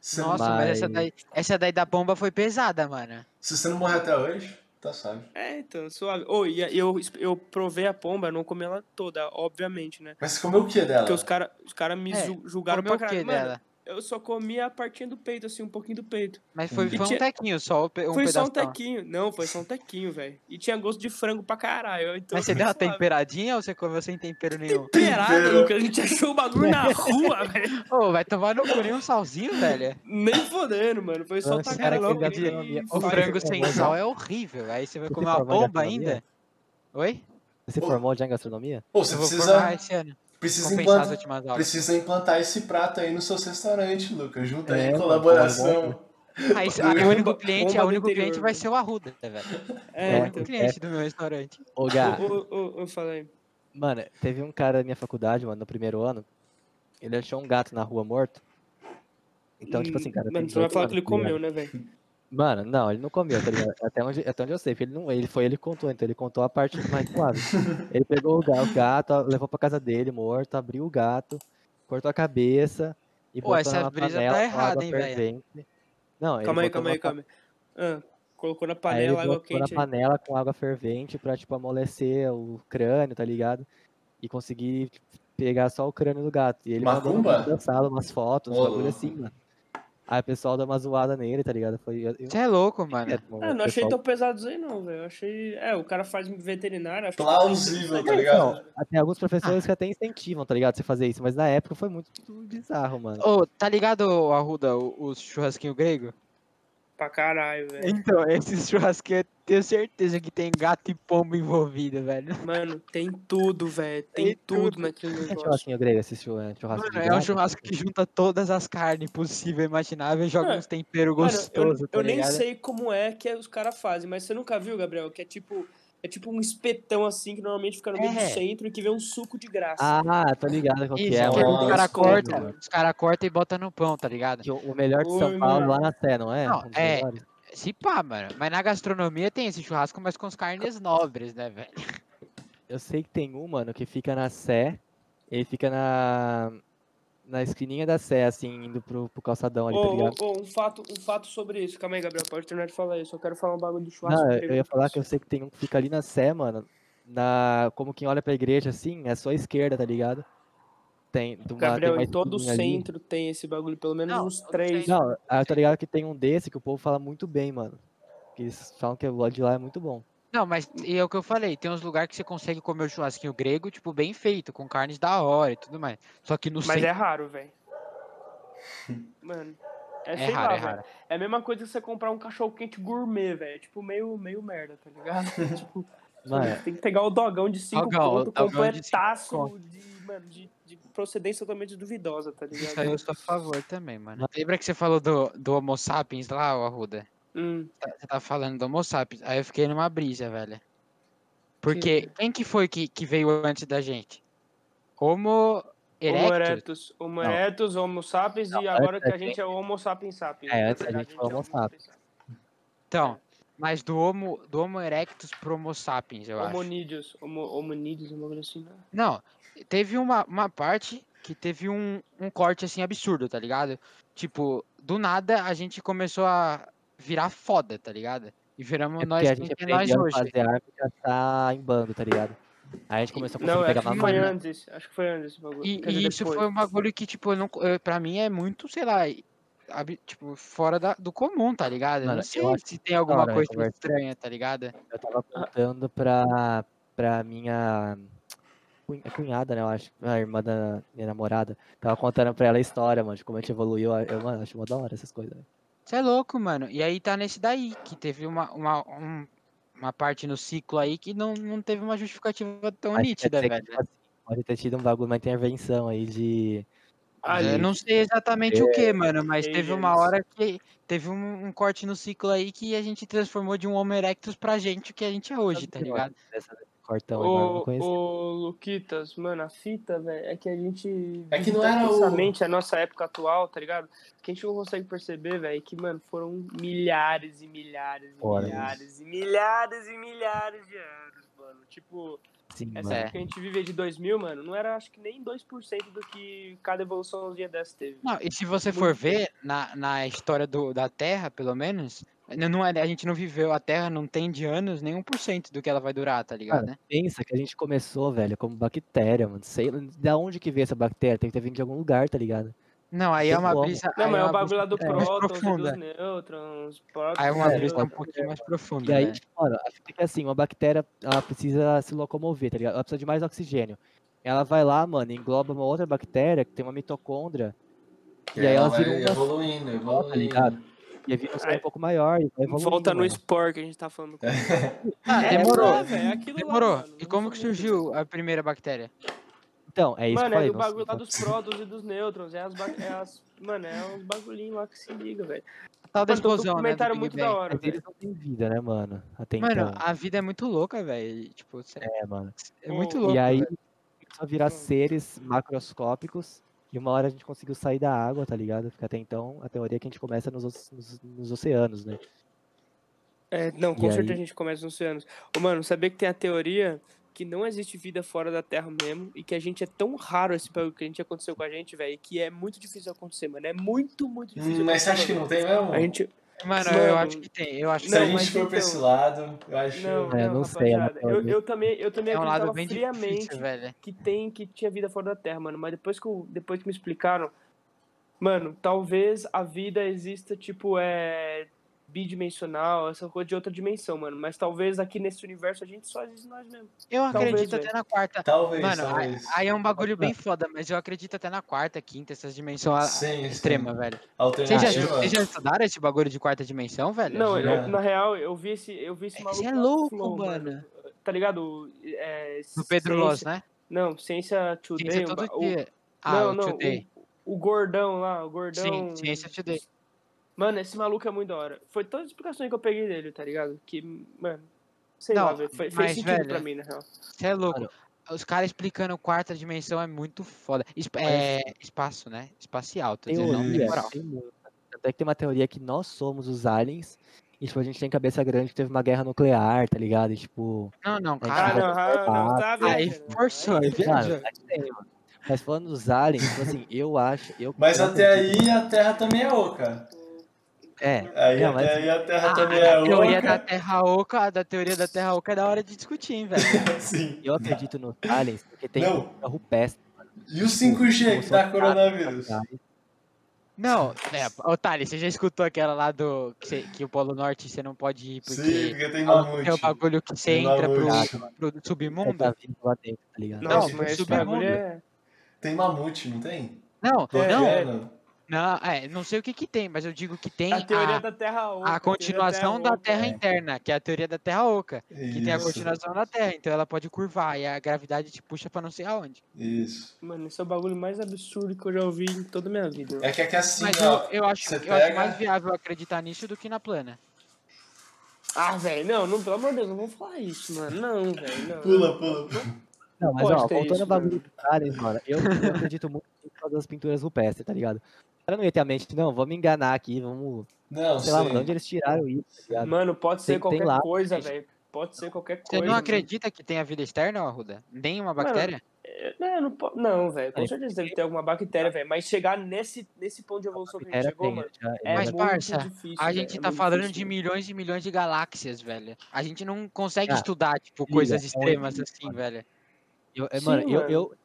Se, Nossa, mas essa Mas- daí, essa daí da pomba foi pesada, mano. se você não morrer até hoje, tá suave. É, então, suave. Ô, e eu, eu provei a pomba, não comi ela toda, obviamente, né? Mas você comeu o que dela? Porque os caras os cara me É, ju- julgaram Comeu pra o que caralho. Mano, dela? eu só comi a partinha do peito, assim, um pouquinho do peito. Mas foi, E foi um tinha- tequinho só, um pe- um foi só um pedaço. tequinho. Não, foi só um tequinho, velho. E tinha gosto de frango pra caralho. Então Mas você foi deu uma suave. temperadinha ou você comeu sem tempero nenhum? Temperada, Tempero. Lucas. A gente achou o bagulho na rua, velho. Ô, vai tomar no cu nem um salzinho, velho. Nem fodendo, mano. Foi só Nossa, tacar cara, que logo gastronomia. e O Faz- faz. frango é sem bom, sal né? é horrível. Aí você vai Você comer se uma formou em bomba gastronomia? ainda? Oi? Você Ô. formou já em gastronomia? Pô, você Eu vou precisa, formar esse ano. precisa, Compensar as implantar, últimas aulas. precisa implantar esse prato aí no seu restaurante, Lucas. Junta É, aí, mano, colaboração. Aí Bomba- o único bomba- cliente, bomba o do único interior, cliente vai né? ser o Arruda, velho. É, o então. único cliente do meu restaurante. Ô, Gá, Ô, ô, ô, Eu falei. mano, teve um cara na minha faculdade, mano, no primeiro ano. Ele achou um gato na rua morto. Então, tipo assim, cara. tem Hum, Mano, você vai 18 falar anos, que ele tá ligado? comeu, né, velho? Mano, não, ele não comeu, tá ligado? Até onde, até onde eu sei, porque ele não, ele foi ele que contou, então ele contou a parte mais suave. Ele pegou o ga- o gato, levou pra casa dele, morto, abriu o gato, cortou a cabeça e Pô, botou essa na brisa panela tá com errada, água hein, velho? fervente. Não, ele Calma aí, botou calma aí, numa pa- calma aí. Ah, colocou na aí ele panela, água botou na quente. aí. panela com água fervente pra, tipo, amolecer o crânio, tá ligado? E conseguir tipo, pegar só o crânio do gato. E ele mandou no Macumba? grupo da sala umas fotos, uns Ô, bagulho louco. assim, mano. Aí o pessoal deu uma zoada nele, tá ligado? Foi... Eu... eu- Você é louco, mano. mano, Ah, o não achei pessoal- tão pesados aí, não, velho. Eu Achei. É, o cara faz veterinário. acho que- Plausível, tá É, ligado? Tem alguns professores que até incentivam, tá ligado? Você fazer isso, mas na época foi muito bizarro, mano. Ô, tá ligado, Arruda, o, o churrasquinho grego? Pra caralho, velho. Então, esse churrasquinho eu tenho certeza que tem gato e pombo envolvido, velho. Mano, tem tudo, velho. Tem, Tem tudo, tudo. naquele É negócio. churrasquinho grego, esse chur- é churrasco de Mano, é um gato? churrasco que junta todas as carnes possível e imaginável e joga Mano, uns temperos Mano, É. eu, gostosos, tá eu nem ligado? sei como é que os caras fazem, mas você nunca viu, Gabriel, que é tipo. É tipo um espetão assim, que normalmente fica no meio É. do centro e que vê um suco de graça. Ah, tô ligado qual que Isso, é, que é mano. os uma caras escova, cortam, mano. os cara corta e bota no pão, tá ligado? Que o- o melhor de Oi, São Paulo mano. lá na Sé, não é? Não, Um dos é. melhores. Se pá, mano. Mas na gastronomia tem esse churrasco, mas com as carnes nobres, né, velho? Eu sei que tem um, mano, que fica na Sé, ele fica na na esquininha da Sé, assim, indo pro, pro calçadão ali, tá Ô, ô, ligado? ô, um, fato, um fato sobre isso. Calma aí, Gabriel. Pode terminar de falar isso. Eu quero falar um bagulho do churrasco. Não, eu- grego. eu ia falar que eu sei que tem um que fica ali na Sé, mano. Na, como quem olha pra igreja, assim, é só a esquerda, tá ligado? Tem, de uma- tem Gabriel, uma em todo o esquininha ali. centro tem esse bagulho. Pelo menos Não, uns todo três. centro. Não, ah, tá ligado que tem um desse que o povo fala muito bem, mano. Que eles falam que o lado de lá é muito bom. Não, mas e é o que eu falei, tem uns lugares que você consegue comer o churrasquinho grego, tipo, bem feito, com carnes da hora e tudo mais. Só que no Mas centro é raro, velho. Mano. É, é sei raro, lá, é velho. raro. É a mesma coisa que você comprar um cachorro quente gourmet, velho. Tipo, meio, meio merda, tá ligado? tipo, Mano, tem que pegar o dogão de 5 é. Dogão, conto, o dogão de completaço cinco de, mano, de, de procedência totalmente duvidosa, tá Isso aí é ligado? eu sou a favor também, mano. Lembra que você falou do, do Homo sapiens lá, ô Arruda? Hum, Tá- Você tá falando do Homo sapiens. Aí eu fiquei numa brisa, velho. Porque quem que foi que, que veio antes da gente? Homo homo erectus? erectus, homo erectus, homo sapiens e agora que a gente é homo sapiens sapiens. É, na antes a verdade, gente foi é homo sapiens. Então, mas do Homo, do homo erectus pro Homo sapiens, eu acho. Homonídeos, homo, homonídeos, uma coisa assim, né? Não, teve uma, uma parte que teve um, um corte assim absurdo, tá ligado? Tipo, do nada a gente começou a virar foda, tá ligado? E viramos é nós porque a quem gente é nós aprendeu a hoje. fazer arma e já tá em bando, tá ligado? Aí a gente Tá começou a conseguir Não, é, pegar acho que foi mamãe. antes, acho que foi antes esse bagulho. E, quer dizer, e isso depois. foi um bagulho que, tipo, eu não, eu, pra mim é muito, sei lá, e- ab- tipo, fora da- do comum, tá ligado? Eu Mano, não eu sei acho se tem alguma hora, coisa Roberto. estranha, tá ligado? Eu tava contando pra, pra minha cun- é cunhada, né? Eu acho, a irmã da minha namorada. Tava contando pra ela a história, mano, de como a gente evoluiu. Eu, mano, acho mó da hora essas coisas. né? Você é louco, mano. E aí tá nesse daí, que teve uma, uma, um- uma parte no ciclo aí que não, não teve uma justificativa tão Mas quer nítida, dizer que, velho. tipo assim, Pode ter tido um bagulho, uma intervenção aí de. Ah, eu gente, não sei exatamente o que, mano, mas sei, teve eu uma não hora que teve um, um corte no ciclo aí que a gente transformou de um Homo erectus pra gente o que a gente é hoje, tá ligado? Dessa- Cortão Então, agora, não Ô, conheço. ô, Luquitas, mano, a fita, velho, é que a gente. É que não visita era o- intensamente a nossa época atual, tá ligado? Que a gente não consegue perceber, velho, é que, mano, foram milhares e milhares e Horas. milhares e milhares e milhares de anos, mano. Tipo, Sim, essa assim, mano. é. época que a gente vive de 2000, mano, não era acho que nem 2% do que cada evoluçãozinha dessa teve. Não, e se você for ver na, na história do, da Terra, pelo menos, n- não, é- a gente não viveu, a Terra não tem de anos nenhum por cento do que ela vai durar, tá ligado? Cara, né? Pensa que a gente começou, velho, como bactéria, mano. Sei lá, da onde que veio essa bactéria? Tem que ter vindo de algum lugar, tá ligado? Não, aí é tem uma como. brisa. Não, aí mas é uma o bagulho lá do brisa mais prótons e profunda. dos nêutrons, prótons. Aí é uma e brisa um nêutrons. pouquinho mais profunda. E aí, né? mano, a fita é que assim, uma bactéria, ela precisa se locomover, tá ligado? Ela precisa de mais oxigênio. Ela vai lá, mano, e engloba uma outra bactéria que tem uma mitocôndria E aí ela vai vira uma- é, evoluindo, evoluindo. Tá ligado? e vira um ser Aí- um pouco maior e vai evoluindo. Volta no mano. Spore que a gente tá falando. Ah, É, demorou. lá, velho, aquilo lá, Demorou. mano, é E não como que foi muito surgiu a primeira bactéria? Então, é isso mano, que eu falei. é do nossa, bagulho lá nossa. dos prótons e dos nêutrons. É as, ba- é as- Mano, é uns bagulhinhos lá que se liga, velho. A tal da Mano, tem um explosão, Tá né? do documentário Big muito Bang. da hora, Mas velho. eles não têm vida, né, mano? Até Mano, então. a vida é muito louca, velho. Tipo, cê- É, mano. é muito E louco. E aí velho. começou a virar Hum. seres macroscópicos. E uma hora a gente conseguiu sair da água, tá ligado? Porque até então a teoria é que a gente começa nos, oce- nos- nos oceanos, né? É, não, com E certeza aí? a gente começa nos oceanos. Ô, mano, sabia que tem a teoria que não existe vida fora da Terra mesmo e que a gente é tão raro esse bagulho que a gente aconteceu com a gente, velho, que é muito difícil acontecer, mano. É muito, muito difícil. Hum, mas você acha que acontecer, não tem mesmo? mano. A gente... Mano, Mano, eu acho que tem. Eu acho que Se a não, tem. gente mas for pra então- esse lado, eu acho. Não, É, não, não sei, rapaziada. Rafael, eu, viu? eu também, eu também É um lado acreditava bem friamente difícil, velho. que tem que tinha vida fora da Terra, mano. Mas depois que, eu- depois que me explicaram, mano, talvez a vida exista, tipo, é bidimensional, essa coisa de outra dimensão, mano. Mas talvez aqui nesse universo a gente só existe nós mesmos. Eu Talvez, acredito velho. até na quarta. Talvez, Mano, aí, talvez. aí é um bagulho bem foda, mas eu acredito até na quarta, quinta, essas dimensões ah, Sim, sim. extrema, velho. É, Vocês já, Alternativa. vocês já estudaram esse bagulho de quarta dimensão, velho? Não, já. eu- na real, eu vi esse, eu vi esse É, maluco. você é lá do louco, Flow, mano. Tá ligado? É, Do Pedro ciência- Loss, né? Não, Ciência Today. Ciência um ba- todo o- dia. Ah, não, eu não, chutei. o, o gordão lá, o gordão. Sim, ciência today. Mano, esse maluco é muito da hora. Foi todas as explicações que eu peguei dele, tá ligado? Que, mano, sei Não, lá, velho. Foi, fez mas, sentido velho, pra mim, na real. Você é louco. Mano. Os caras explicando quarta dimensão é muito foda. Es- é, espaço, né? Espacial, tô dizendo, não Teoria, temporal. tem muita. Até é que tem uma teoria que nós somos os aliens. E, tipo, a gente tem cabeça grande que teve uma guerra nuclear, tá ligado? E, tipo. Não, não, É, Ah, cara, cara. não, ah, não, tá Aí viajando, né? forçou, aí Mano, viajou. a gente tem, mano. Mas falando dos aliens, tipo assim, eu acho. Eu, Mas eu até acredito- aí a Terra também é oca. É, Aí Não, até mas- aí a Terra Ah, também é a teoria da oca. Terra Oca, a da teoria da Terra Oca é da hora de discutir, hein, velho. Sim. eu acredito nos aliens porque tem Não. cultura rupestre. E o 5G que dá coronavírus? tá? Não, é, ô Thales, você já escutou aquela lá do que, cê- que o Polo Norte você não pode ir Sim, porque porque tem falam que é o mamute. bagulho que você Tem entra mamute. pro, pro Mundo. submundo? Tá vindo lá dentro, tá ligado? Nossa, Não, mas esse submundo. bagulho é. Tem mamute, não tem? Não, Tem, não, é, não. não, é, não sei o que que tem, mas eu digo que tem A teoria a, da Terra Oca. tá a continuação da Terra interna, que é a teoria da Terra Oca, que tem a Isso, continuação da Terra, então ela pode curvar e a gravidade te puxa pra não sei aonde. Isso. Mano, esse é o bagulho mais absurdo que eu já ouvi em toda a minha vida. É que aqui assim, Mas ó. eu, eu acho, você eu acho pega- mais viável acreditar nisso do que na plana. Ah, velho, não, não, pelo amor de Deus, não vou falar isso, mano. Não, velho, não. Pula, pula, pula. Não, mas Pode ó, ter voltando isso, ao bagulho dos aliens, mano, eu, eu acredito muito em todas as pinturas rupestres, tá ligado? O cara não ia ter a mente, não, vamos enganar aqui, vamos. Não, sei lá, mano, de sim. onde eles tiraram isso, tá ligado? Mano, pode ser Tem- tem qualquer lá, coisa, gente. velho. Pode ser qualquer Você coisa. não mano. acredita que tenha vida externa, Arruda? Nem uma Mano, bactéria? É, Não, não, po- não velho. Com Aí, certeza deve ter alguma bactéria, velho. Mas chegar nesse, nesse ponto de evolução que a gente Era chegou, tem, mano, já- é Mas, muito parça, difícil. A velho, gente é tá muito falando difícil. de milhões e milhões de galáxias, velho. A gente não consegue Ah, estudar, tipo, filha, coisas é um extremas infinito, assim, velho. Eu, é, Sim, mano, eu, mano. eu, toda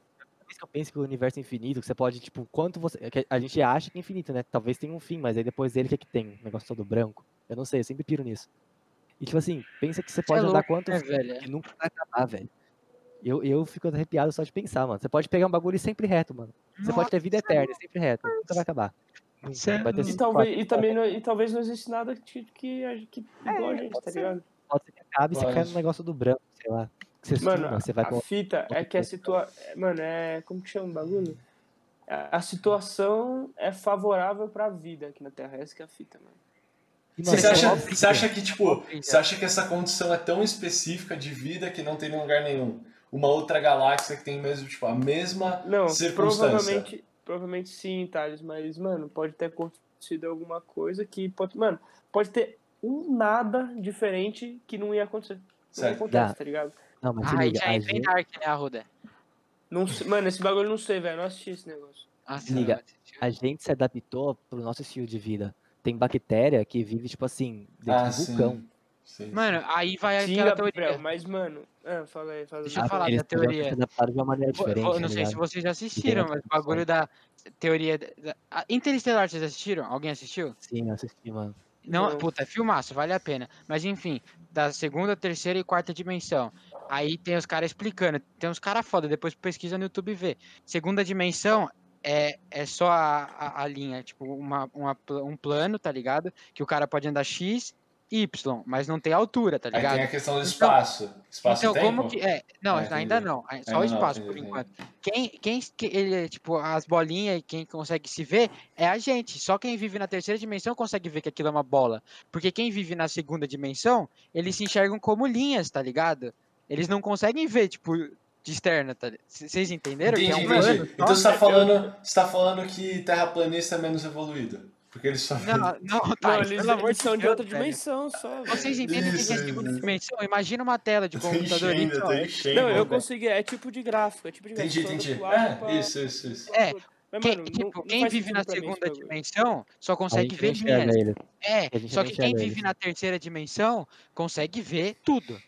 vez que eu penso que o universo é infinito, que você pode, tipo, quanto você. é que A gente acha que é infinito, né? Talvez tenha um fim, mas aí depois dele, o que é que tem? Um negócio todo branco? Eu não sei, eu sempre piro nisso. E, tipo assim, pensa que você pode andar louco, quanto né, velho? que nunca vai acabar, velho. Eu, eu fico arrepiado só de pensar, mano. Você pode pegar um bagulho e sempre reto, mano. Você pode ter vida eterna, sempre reto. Nunca vai acabar. Cê é Nunca. Vai ter louco. E, sempre talvez, forte. e, também não, e talvez não existe nada que, que, a- que igual a gente, tá ligado? Pode É, ser que acabe e você cai Pode. no negócio do branco, sei lá. Que você Mano, suma, você vai a pro- fita é que a situação. Mano, é. Como que chama o bagulho? A a situação é favorável pra vida aqui na Terra. Essa que é a fita, mano. E, mano, Você eu acha, sou você acha que, tipo, Obrigado. você acha que essa condição é tão específica de vida que não tem em lugar nenhum? Uma outra galáxia que tem mesmo, tipo, a mesma Não, circunstância. provavelmente, provavelmente sim, Thales, mas, mano, pode ter acontecido alguma coisa que pode. Mano, pode ter um nada diferente que não ia acontecer. Não Certo. acontece, Dá. tá ligado? Não, mas se Ai, liga, já a entrei gente... Dark, né, Arruda? Não sei- mano, esse bagulho eu não sei, velho. eu Não assisti esse negócio. Nossa, Se liga, não, assistiu. a gente se adaptou pro nosso estilo de vida. Tem bactéria que vive, tipo assim, dentro um Ah, do sim. vulcão. Sim. Mano, aí vai Sim, aquela Gabriel, É, teoria. mas, mano. Ah, fala aí, fala aí. Deixa eu falar Eles da teoria. Se adaptaram de uma maneira Vou- vou- diferente, não tá sei se ligado? vocês já assistiram, outra mas o bagulho da teoria. da- da- a Interestelar, vocês assistiram? Alguém assistiu? Sim, eu assisti, mano. Não, Não. puta, é filmaço, vale a pena. Mas enfim, da segunda, terceira e quarta dimensão. Aí tem os caras explicando, tem uns caras foda, depois pesquisa no YouTube e vê. Segunda dimensão é, é só a, a, a linha, tipo, uma, uma pla- um plano, tá ligado? Que o cara pode andar X, Y, mas não tem altura, tá Aí ligado? tem a questão do Então- espaço. espaço Então, tempo? como que. É, não, Ah, ainda entendi. não. é Só o Ainda não, espaço, por entendi, enquanto. Quem, quem que ele, tipo, as bolinhas e quem consegue se ver é a gente. Só quem vive na terceira dimensão consegue ver que aquilo é uma bola. Porque quem vive na segunda dimensão, eles se enxergam como linhas, tá ligado? Eles não conseguem ver, tipo, de externa, tá li- C- Vocês entenderam? Entendi, que é um entendi. plano? então você tá, falando, você tá falando que terraplanista é menos evoluído. Porque eles só. Não, não, Não, tá. eles, pelo amor eles de são de Deus, outra velho. dimensão só, velho. Vocês entendem o que que é Isso, segunda isso. dimensão? Imagina uma tela de Tô computador. enchendo, então. tô enchendo. Não, eu velho. consegui. É tipo de gráfico, é tipo de Entendi, gráfico. só do entendi. lado pra- É, isso, isso, isso. É, Mas, Quem, mano, não- tipo, não quem faz vive sentido na pra mim esse segunda bagulho. dimensão só a consegue gente não ver enxerga linhas. ele. É, A gente só não que quem enxerga vive eles. na terceira dimensão consegue ver tudo.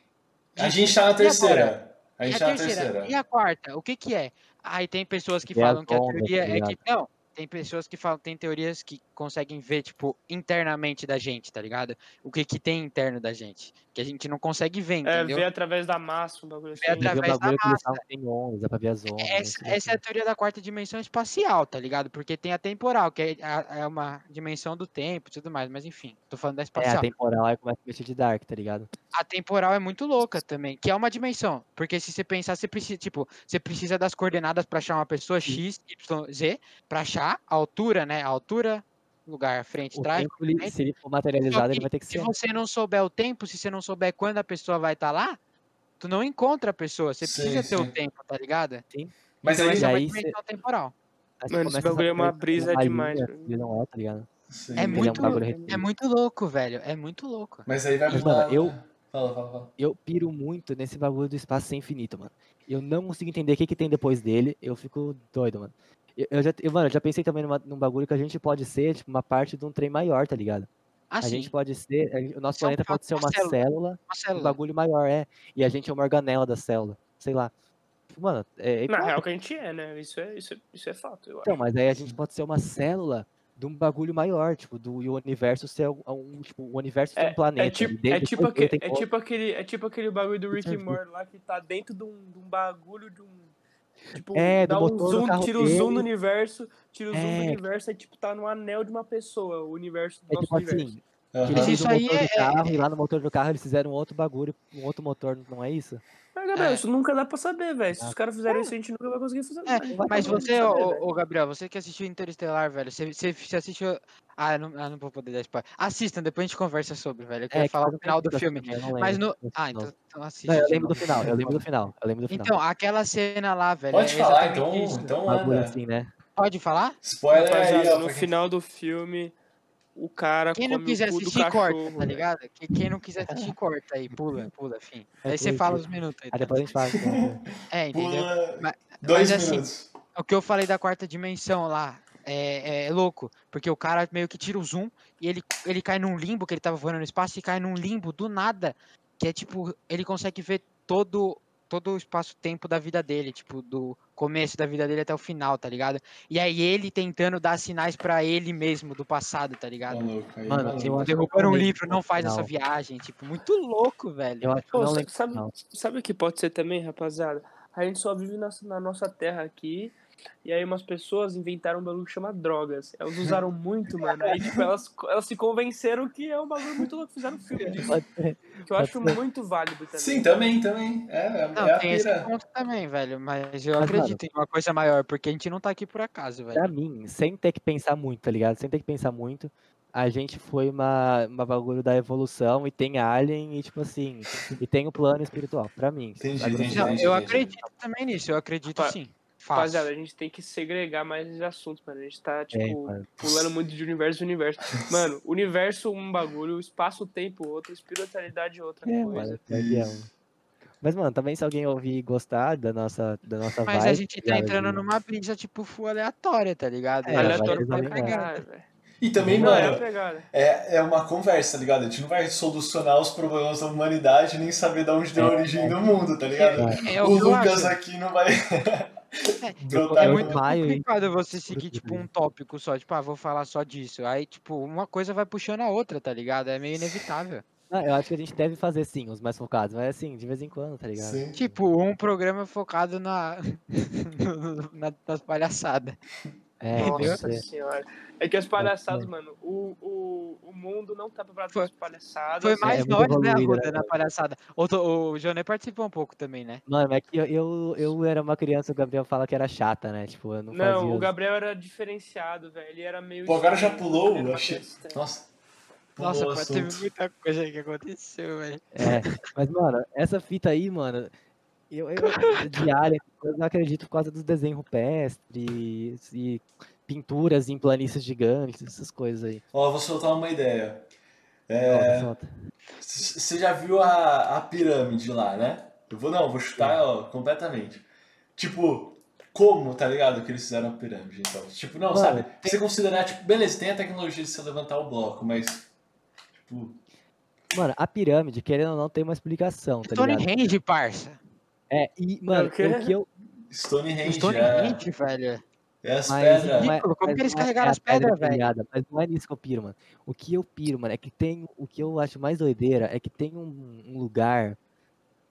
A gente tá na terceira. A E gente É a tá na terceira? terceira. E a quarta? O que que é? Aí tem pessoas que Vê as falam que a ondas, teoria tá é que... Não, tem pessoas que falam... Tem teorias que conseguem ver, tipo, internamente da gente, tá ligado? O que que tem interno da gente. Que a gente não consegue ver, É, entendeu? ver através da massa, um bagulho assim. Vê Pra ver o através da bagulho que eles massa. falam que tem ondas, dá pra ver as ondas. Essa, não sei o essa é a teoria da quarta dimensão espacial, tá ligado? Porque tem a temporal, que é, a- é uma dimensão do tempo e tudo mais, mas enfim, tô falando da quê. É, a espacial. temporal aí começa a mexer de Dark, tá ligado? a temporal é muito louca também, que é uma dimensão. Porque se você pensar, você precisa, tipo, você precisa das coordenadas pra achar uma pessoa X, Y, Z, pra achar a altura, né? A altura, lugar, frente, O trás. tempo, ele, comprimento. se ele for Só materializado, que ele vai ter que se ser. você não souber o tempo, se você não souber quando a pessoa vai estar lá, tu não encontra a pessoa. Você Sim, precisa ter sim. o tempo, tá ligado? Mas Então aí. essa é uma aí cê- dimensão temporal. Aí Mano, esse começa a saber bagulho é uma que ele brisa uma demais, linha, mano. Ele não é, tá ligado? Sim. É Ele é um muito- bagulho é É restrito. muito louco, velho. É muito louco. Mas aí vai Mas, mudar. mano, eu- Fala, fala, fala. Eu piro muito nesse bagulho do espaço sem infinito, mano. Eu não consigo entender o que, que tem depois dele. Eu fico doido, mano. Eu, eu já, eu, mano, eu já pensei também numa- num bagulho que a gente pode ser, tipo, uma parte de um trem maior, tá ligado? a Assim, gente pode ser. a gen- O nosso Isso é um planeta fa- pode ser uma uma célula, célula, uma um célula. bagulho maior, é. E a gente é uma organela da célula. Sei lá. Tipo, Mano, é. é Na pronto, real que a gente é, né? Isso é, isso é, isso é fato, eu acho. então, mas aí a gente pode ser uma célula de um bagulho maior, tipo, do e o universo ser um, um- tipo, o universo ser um planeta. É tipo, e dentro é, tipo depois aque- tem é outro. tipo aquele, é tipo aquele bagulho do Isso Rick é and justo. Morty lá que tá dentro de um, de um bagulho de um. Tipo, É, do dá um motor do zoom, carro tira o zoom do dele. universo, tira o zoom do É. universo, é tipo, tá no anel de uma pessoa, o universo do É nosso tipo universo. assim, que Mas eles Aham. isso usam o aí motor é- do carro e lá no motor do carro eles fizeram outro bagulho, um outro motor, não é isso? Mas, Gabriel, É. isso nunca dá pra saber, velho. Se Ah. os caras fizerem isso, a gente nunca vai conseguir fazer. É, nada. mas Nunca vai você, saber, ô, velho. ô, Gabriel, você que assistiu Interestelar, velho, você, você, você assistiu. Ah, eu não, ah, não vou poder dar spoiler. Assistam, depois a gente conversa sobre, velho. Eu queria que É, falar faz o um final do tempinho que eu filme. assisti, eu não Mas lembro. no. Eu Ah, né, não- então, então assiste. Não, eu de lembro do novo. final, eu lembro do final, eu lembro do final. Então, aquela cena lá, velho. Pode é falar, exatamente então. isso. Um Então ah, bagulho anda. assim, né? Pode falar? Spoiler aí, Rapaziada, ó. assim no pra quem- final do filme, o cara Quem come não quiser o É cu do assistir, cachorro, corta, tá velho. ligado? Que- Quem não quiser assistir, corta aí, pula, pula, enfim. É, Aí você pula, fala pula. os minutos aí. Aí tá? depois a gente fala. então. É, entendeu? Pula Mas- dois mas assim, minutos. O que eu falei da quarta dimensão lá é, é louco, porque o cara meio que tira o zoom e ele, ele cai num limbo, que ele tava voando no espaço, e cai num limbo do nada, que é tipo, ele consegue ver todo, todo o espaço-tempo da vida dele, tipo, do começo da vida dele até o final, tá ligado? E aí ele tentando dar sinais pra ele mesmo do passado, tá ligado? Maluco, aí, Mano, maluco. eu acho que Derrubar um lembro livro, do não faz essa final. viagem, tipo, muito louco, velho. Eu acho que eu Pô, não sa- lembro. sabe, não. sabe o que pode ser também, rapaziada? A gente só vive na, na nossa terra aqui. E aí umas pessoas inventaram um bagulho que chama drogas. Elas usaram muito, mano. Aí, tipo, elas, elas se convenceram que é um bagulho muito louco. Fizeram filme disso. Pode ser. Que eu pode acho ser. muito válido também. Sim, também, também. É, é, Não, é a tem esse pira. ponto também, velho, mas eu Mas, mano, acredito em uma coisa maior, porque a gente não tá aqui por acaso, velho. Pra mim, sem ter que pensar muito, tá ligado? Sem ter que pensar muito, a gente foi uma, uma bagulho da evolução e tem alien e tipo assim, e tem o plano espiritual, pra mim. assim. Entendi, Agora, entendi. Não, gente, eu gente. acredito também nisso, eu acredito Rapaz- sim. Fácil. Rapaziada, a gente tem que segregar mais esses assuntos, mano. A gente tá, tipo, É, mano. pulando muito de universo em universo. Mano, universo um bagulho, espaço-tempo outro, espiritualidade outra É, coisa. mano, pior que é, um- mano. Mas, mano, também se alguém ouvir e gostar da nossa, da nossa Mas vibe, a gente tá ligado, entrando de- numa brisa, tipo, full aleatória, tá ligado? É, Aleatório vai pra desanimar. caralho, velho. E também, Não, é a mano, pegada. é, é uma conversa, tá ligado? A gente não vai solucionar os problemas da humanidade nem saber de onde deu a origem do mundo, tá ligado? É, é o o que eu Lucas acho. aqui não vai Tá É brotar no muito maio, hein? complicado você seguir, tipo, Maio. um tópico só, tipo, ah, vou falar só disso. Aí, tipo, uma coisa vai puxando a outra, tá ligado? É meio inevitável. Não, Ah, eu acho que a gente deve fazer sim, os mais focados, mas assim, de vez em quando, tá ligado? Sim. Tipo, um programa focado na... no- na- nas palhaçadas. É, Nossa pode ser. senhora. É que as palhaçadas, mano, o, o, o mundo não tá preparado Foi- para as palhaçadas. Foi mais é muito nós, né, evoluído, Arruda, na palhaçada. O, o, o Jonê participou um pouco também, né? Mano, é que eu, eu, eu era uma criança, o Gabriel fala que era chata, né? Tipo, eu não, Não, fazia. o os- Gabriel era diferenciado, velho. Ele era meio. Pô, agora já estranho, pulou, ele era eu achei- estranho. Nossa. Pulou Nossa, o pô, teve assunto. muita coisa aí que aconteceu, velho. É, mas, mano, essa fita aí, mano, eu, eu de alien, eu não acredito por causa dos desenhos rupestres e pinturas em planícies gigantes, essas coisas aí. Ó, eu vou soltar uma ideia. Solta, É, solta. c- Você já viu a, a pirâmide lá, né? Eu vou, não, eu vou chutar ela completamente. Tipo, como, tá ligado? Que eles fizeram a pirâmide, então. Tipo, não, Mano, sabe? Você considerar, tipo, beleza, tem a tecnologia de você levantar o bloco, mas. Tipo. Mano, a pirâmide, querendo ou não, tem uma explicação, tá Tony ligado? Range, parça. É, e, mano, o quê? o que eu. Os Stonehenge Tony é, Range, velho. é as Mas, pedras. não é- Ridículo, como mas que eles não é- carregaram é a as pedras, pedra velho? pilhada, Mas não é nisso que eu piro, mano. O que eu piro, mano, é que tem. O que eu acho mais doideira é que tem um, um lugar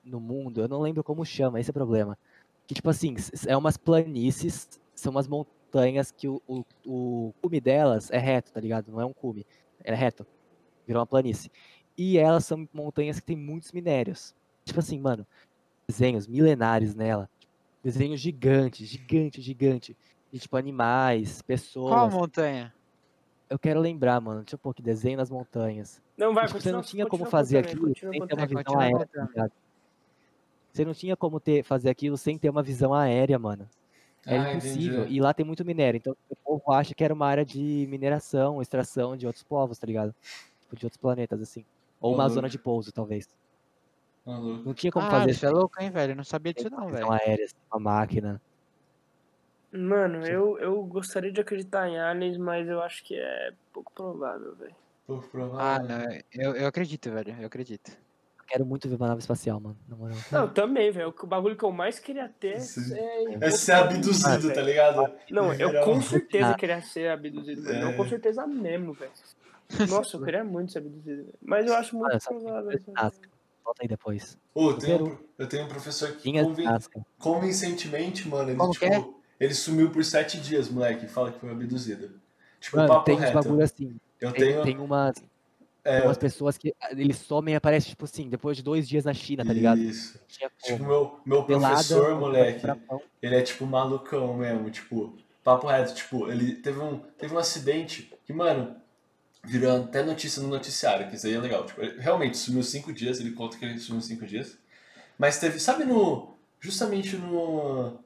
no mundo, eu não lembro como chama, esse é o problema. Que, tipo assim, s- s- é umas planícies, são umas montanhas que o, o, o cume delas é reto, tá ligado? Não é um cume, é reto. Virou uma planície. E elas são montanhas que tem muitos minérios. Tipo assim, mano, desenhos milenares nela. Desenho gigante, gigante, gigante. E, tipo, animais, pessoas. Qual a montanha? Eu quero lembrar, mano. Deixa eu pôr aqui, desenho nas montanhas. Não vai, E, tipo, você não continua- tinha como continua fazer contando aí, aquilo continua sem ter contando uma aí. contando. visão É, aérea, continua tá ligado? Você não tinha como ter, fazer aquilo sem ter uma visão aérea, mano. Era Ah, entendi. impossível. E lá tem muito minério. Então o povo acha que era uma área de mineração, extração de outros povos, tá ligado? Tipo, de outros planetas, assim. Ou uma Maluco. zona de pouso, talvez. Maluco. Não tinha como Como fazer isso é louco, hein, velho? Eu não sabia sem disso, uma não, visão velho. aérea, sem uma máquina. Mano, eu, eu gostaria de acreditar em aliens, mas eu acho que é pouco provável, velho. Pouco Ah, provável. não. Eu, eu acredito, velho. Eu acredito. Eu quero muito ver uma nave espacial, mano. Na moral. Não, eu também, velho. O bagulho que eu mais queria ter Sim. é. é ser abduzido, tá ligado? Não, eu Literal. com certeza Ah. queria ser abduzido, mano. Não, um- É. com certeza mesmo, velho. Nossa, eu queria muito ser abduzido, velho. Mas eu acho muito Olha só, ah. provável. assim. Tinhas sabe? Nazca. Volta aí depois. Ô, eu, tenho, um- eu tenho um professor que Tinhas conven- Nazca. convincentemente, mano, ele, Como tipo, que é? ele sumiu por sete dias, moleque, e fala que foi abduzido. Tipo, Mano, papo tem uns reto. bagulho assim. Eu Tem, tenho. tem umas, é, umas pessoas que ah, eles somem e aparecem, tipo assim, depois de dois dias na China, tá ligado? Isso. Tinha Tipo, como. meu, meu Pelada, professor, com o moleque, frapão. ele é tipo malucão mesmo, tipo, papo reto, tipo, ele teve um, teve um acidente que, mano, virou até notícia no noticiário, que isso aí é legal. Tipo, ele realmente sumiu cinco dias, ele conta que ele sumiu cinco dias. Mas teve, sabe no, justamente no,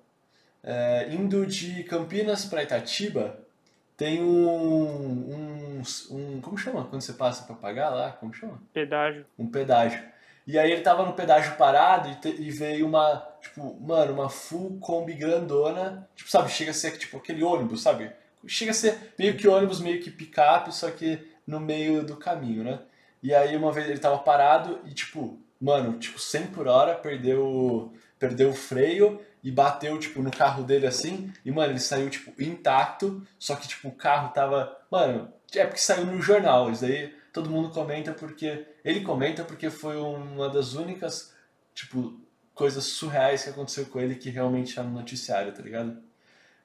é, indo de Campinas pra Itatiba, tem um, um, um, como chama quando você passa pra pagar lá, como chama? Pedágio. um pedágio. E aí ele tava no pedágio parado e, te- e veio uma, tipo, mano, uma full Kombi grandona. Tipo, sabe, chega a ser tipo aquele ônibus, sabe? Chega a ser meio que ônibus, meio que picape, só que no meio do caminho, né? E aí uma vez ele tava parado e, tipo, mano, tipo, 100 por hora, perdeu, perdeu o freio e bateu, tipo, no carro dele assim. E, mano, ele saiu, tipo, intacto, só que, tipo, o carro tava. Mano, é porque saiu no jornal, isso daí todo mundo comenta porque. Ele comenta porque foi uma das únicas, tipo, coisas surreais que aconteceu com ele que realmente tá no noticiário, tá ligado?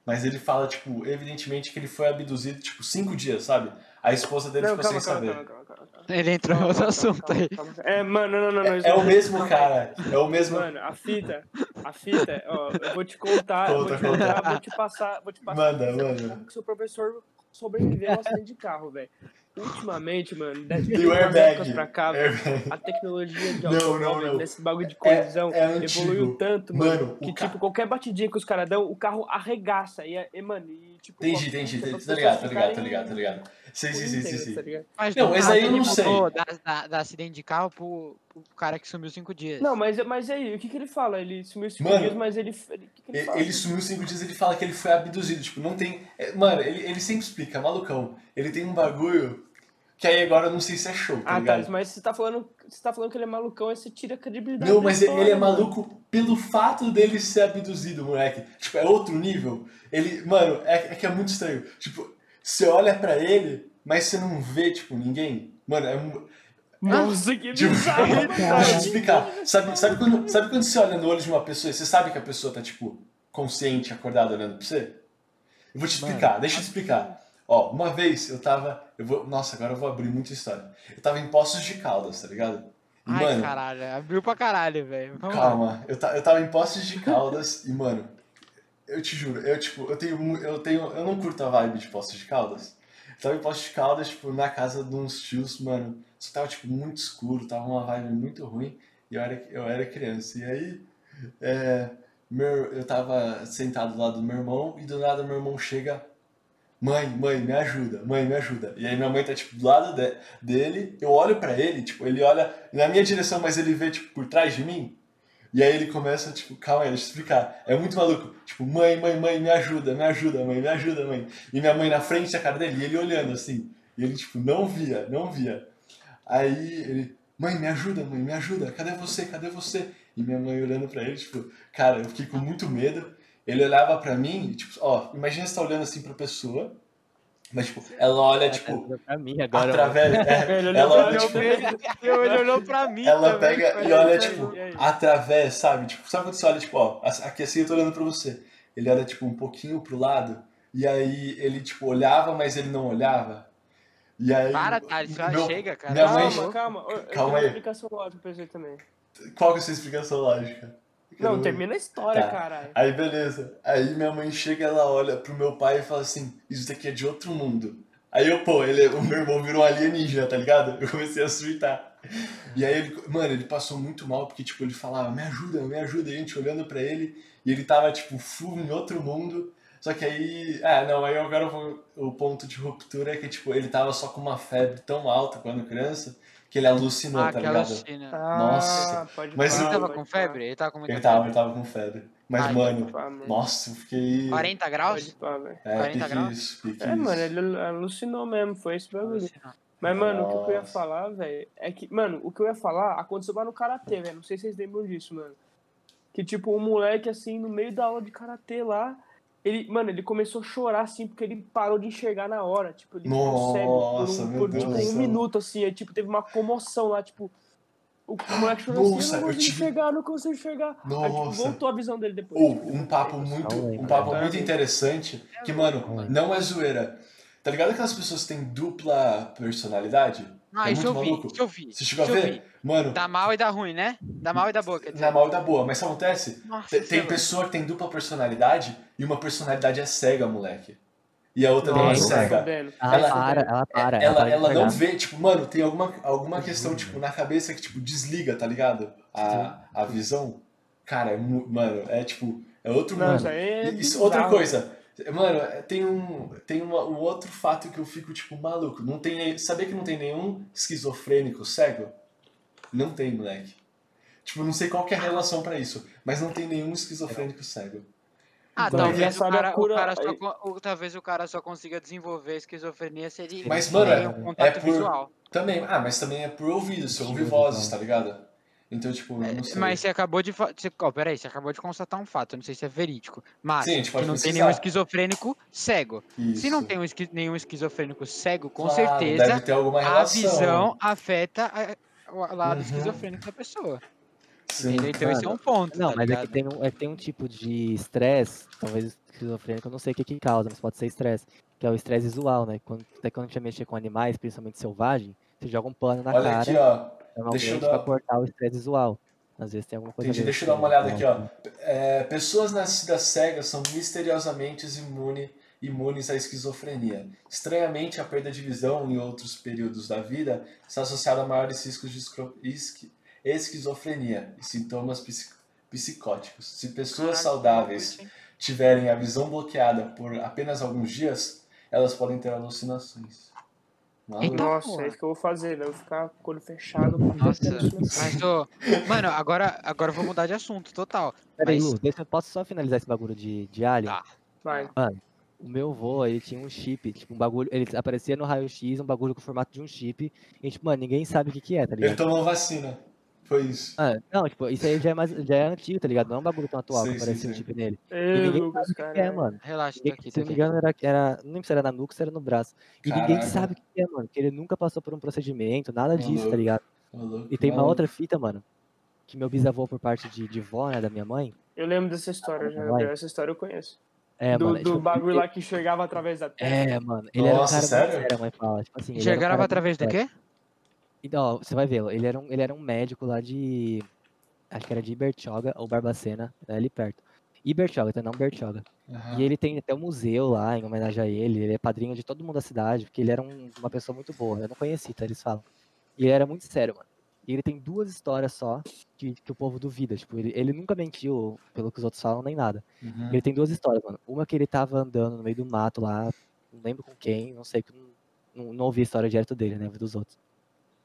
Mas ele fala, tipo, evidentemente que ele foi abduzido, tipo, cinco dias, sabe? A esposa dele Não, ficou calma, sem calma, saber. calma, calma, calma, calma. Ele entrou em Calma, outro calma, assunto calma, aí. calma, calma. É, mano, não, não, não. isso É não o mesmo, não, cara. É o mesmo. Mano, a fita, a fita, ó, eu vou te contar, eu vou te Conta, conta. contar, vou te passar, vou te passar Manda, como manda. que seu professor sobreviveu ao acidente de um carro, velho. Ultimamente, mano, deve ter E o umas airbag? épocas pra cá, velho, a tecnologia de Não, não, automóvel, não. desse bagulho de colisão, é antigo. evoluiu tanto, mano, Mano, o que, ca- tipo, qualquer batidinha que os caras dão, o carro arregaça. E, é- e, mano, e, tipo... Entendi, qualquer- entendi, pra entendi. Tá pessoas ligado, tá ligado, tá ficarem ligado, tá ligado. Sim, sim, sim, sim, íntegras, tá sim. ligado? Mas Não, do mas nada aí eu ele não sei. mudou Da, da- da acidente de carro pro, pro cara que sumiu cinco dias. Não, mas, é, mas aí, o que que ele fala? Ele sumiu cinco Mano, dias, mas ele... ele- o que que ele Ele, fala? ele sumiu cinco dias ele fala que ele foi abduzido. Tipo, não tem. é, Mano, ele, ele sempre explica, é malucão. Ele tem um bagulho que aí agora eu não sei se é show, tá Ah, ligado? Thales, mas você tá, falando, você tá falando que ele é malucão, aí você tira a credibilidade Não, da mas ele, história, ele é mano. maluco pelo fato dele ser abduzido, moleque. Tipo, é outro nível. Ele, mano, é, é que é muito estranho. Tipo, você olha pra ele, mas você não vê, tipo, ninguém. Mano, é um. Nossa, que Tipo, bizarro, deixa eu te mano. explicar. Sabe, sabe, quando, sabe quando você olha no olho de uma pessoa e você sabe que a pessoa tá, tipo, consciente, acordada olhando pra você? Eu vou te explicar, deixa eu te explicar. Ó, uma vez eu tava. Eu vou, nossa, agora eu vou abrir muita história. Eu tava em Poços de Caldas, tá ligado? E, Ai, caralho. Abriu pra caralho, velho. Vamos lá. Calma, eu, ta, eu tava em Poços de Caldas e, mano, eu te juro, eu tipo, eu tenho, mu- eu tenho, eu não curto a vibe de Poços de Caldas. Eu tava em Poços de Caldas, tipo, na casa de uns tios, mano, só tava, tipo, muito escuro, tava uma vibe muito ruim e eu era, eu era criança. E aí, é, meu, eu tava sentado do lado do meu irmão e do nada meu irmão chega, mãe, mãe, me ajuda, mãe, me ajuda. E aí minha mãe tá, tipo, do lado de- dele, eu olho pra ele, tipo, ele olha na minha direção, mas ele vê, tipo, por trás de mim. E aí ele começa, tipo, calma aí, deixa eu explicar. É muito maluco. Tipo, mãe, mãe, mãe, me ajuda, me ajuda, mãe, me ajuda, mãe. E minha mãe na frente da cara dele, e ele olhando assim. E ele, tipo, não via, não via. Aí ele, mãe, me ajuda, mãe, me ajuda, cadê você, cadê você? E minha mãe olhando pra ele, tipo, cara, eu fiquei com muito medo. Ele olhava pra mim, e, tipo, ó, imagina você tá olhando assim pra pessoa, mas, tipo, ela É, olha, tipo, Pra mim agora. mano. através. Velho, é, olhou Ela pra olha, mim, tipo, Eu, ele olhou pra mim. ela também, pega foi e olha, isso aí. tipo, é através, sabe? Tipo, sabe quando você olha, tipo, ó, aqui assim eu tô olhando pra você. Ele olha, tipo, um pouquinho pro lado, e aí ele, tipo, olhava, mas ele não olhava. E aí. Para, Thales, já meu- chega, cara. Tá minha mãe- Calma, calma. Eu- Eu Calma tenho uma aí. explicação lógica pra você também. Qual que é a sua explicação lógica? Não, Eu- termina a história, Tá. caralho. Aí beleza. Aí minha mãe chega, ela olha pro meu pai e fala assim: Isso daqui é de outro mundo. Aí eu, pô, ele, o meu irmão virou um alienígena, tá ligado? Eu comecei a surtar. E aí ele, mano, ele passou muito mal, porque, tipo, ele falava: Me ajuda, me ajuda. E a gente olhando pra ele, e ele tava, tipo, full em outro mundo. Só que aí. Ah, não, aí agora eu vou- o ponto de ruptura é que, tipo, ele tava só com uma febre tão alta quando criança que ele alucinou, Ah, tá aquela ligado? China. Nossa. Ah, pode Mas pá, eu- Ele tava pode com pá, febre? Ele tava com muita Ele tava, ele tava com febre. Mas, Ai, mano, pá, mano. nossa, eu fiquei. febre. 40 Pode graus? pá, velho. É, 40 pique graus. isso, pique É, isso. mano, ele alucinou mesmo, foi esse bagulho. Mas, mano, o que eu ia Nossa. falar, velho, é que, mano, o que eu ia falar aconteceu lá no Karatê, velho. Não sei se vocês lembram disso, mano. Que, tipo, um moleque, assim, no meio da aula de Karatê lá, ele, mano, ele começou a chorar, assim, porque ele parou de enxergar na hora. Tipo, ele ficou Nossa, cego meu por, um, por Deus tipo, do um céu. minuto, assim. Aí, tipo, teve uma comoção lá, tipo, o moleque chorou assim, Nossa, eu não eu consigo tive- enxergar, eu não consigo enxergar. Aí, tipo, Nossa. voltou a visão dele depois. Ou tipo, um papo muito, Calma aí, um papo cara. muito interessante que, mano, não é zoeira. Tá ligado aquelas pessoas que têm dupla personalidade? Ah, é isso muito eu vi, maluco. isso eu vi. Você chegou a isso eu ver? Mano, vi. Dá mal e dá ruim, né? Dá mal e dá boa, quer dizer. na mal e da boa, mas sabe o que acontece? Nossa, Tem- Tem senhora. pessoa que tem dupla personalidade e uma personalidade é cega, moleque. E a outra não é Nossa. cega. velho. Ela, Ela- para, ela para. É, ela, para de ela enxergar. não vê, tipo, mano, tem alguma, alguma questão, tipo, na cabeça que, tipo, desliga, tá ligado? A, a visão. Cara, é, mu- mano, é tipo, é outro Não, mundo. isso aí é E isso- bizarro, outra velho. coisa, mano, é, tem um, tem uma, um outro fato que eu fico, tipo, maluco. Não tem, nem- sabia que não tem nenhum esquizofrênico cego? Não tem, moleque. Tipo, não sei qual que é a relação pra isso, mas não tem nenhum esquizofrênico cego. Ah, Então, talvez o essa cara, loucura o cara só, aí- con- ou talvez o cara só consiga desenvolver esquizofrenia se ele Mas, tem mano, é- um contato por- visual. Também, ah, mas também é por ouvido, você ouve vozes, tá ligado? Então, tipo, eu não sei. É, Mas você acabou de. fa- Você, ó, peraí, você acabou de constatar um fato, eu não sei se é verídico. Mas Sim, a gente que pode não tem pesquisar. nenhum esquizofrênico cego. Se não Isso. tem um esqui- nenhum esquizofrênico cego, com Claro, certeza Deve ter alguma a relação. visão afeta a- o lado Uhum. esquizofrênico da pessoa. Sim, Entendeu? Então esse é cara. um ponto. Não, tá mas é que, ligado? tem um, é que tem um tipo de estresse, talvez esquizofrênico, eu não sei o que, que causa, mas pode ser estresse, que é o estresse visual, né? Quando, até quando a gente mexer com animais, principalmente selvagem, você joga um pano tá na Olha cara aqui, ó. normalmente deixa eu pra dar- cortar o estresse visual. Às vezes tem alguma coisa. assim, né? a Entendi, deixa eu ver com dar uma olhada isso, aqui, né? ó. É, pessoas nascidas cegas são misteriosamente imunes imunes à esquizofrenia. Estranhamente, a perda de visão em outros períodos da vida está associada a maiores riscos de escro- esqui- esquizofrenia e sintomas psi- psicóticos. Se pessoas saudáveis tiverem a visão bloqueada por apenas alguns dias, elas podem ter alucinações. Maluco. Então- Eita, Nossa, porra. é isso que eu vou fazer, velho. Eu Vou ficar com o olho fechado. com Nossa. alucinação. Mas, ô, mano, agora, agora eu vou mudar de assunto, total. Peraí, Mas- Lu, deixa eu posso só finalizar esse bagulho de, de alien? Tá. Vai. O meu avô, ele tinha um chip, tipo, um bagulho. Ele aparecia no raio-x, um bagulho com o formato de um chip. E, tipo, mano, ninguém sabe o que, que é, tá Ele ligado? tomou vacina. Foi isso. Ah, não, tipo, isso aí já é, mais, já é antigo, tá ligado? Não é um bagulho tão atual Sim, que sim, aparecia um sim. chip nele. E Ei, ninguém sabe Lucas, o que, que é, cara. mano. Relaxa, tá Ninguém- aqui, se tá eu não me aqui. engano, era, era. Não lembro se era na nuca ou se era no braço. E ninguém Caraca. sabe o que que é, mano. Porque ele nunca passou por um procedimento, nada Tá disso, louco. tá ligado? Maluco, E tem uma maluco. outra fita, mano. Que meu bisavô, por parte de, de vó, né, da minha mãe. Eu lembro dessa história já, Vai. Gabriel. Essa história eu conheço. É, do mano. do tipo, bagulho ele- lá que chegava através da terra. É, mano. Ele era um Nossa, cara sério? muito sério, a mãe fala. Tipo assim, ele era um Enxergaram cara através do muito sério. quê? Então, ó, você vai vê-lo. Ele, era um, ele era um médico lá de. Acho que era de Bertioga ou Barbacena, né, ali perto. E Bertioga, tá? Não Bertioga. Aham. E ele tem até um museu lá em homenagem a ele. Ele é padrinho de todo mundo da cidade, porque ele era um- uma pessoa muito boa. Eu não conheci, tá? Eles falam. E ele era muito sério, mano. E ele tem duas histórias só que, que o povo duvida. Tipo, ele, ele nunca mentiu, pelo que os outros falam, nem nada. Uhum. Ele tem duas histórias, mano. Uma que ele tava andando no meio do mato lá, não lembro com quem, não sei, que não, não, não ouvi a história direto dele, né? Ouvi dos outros.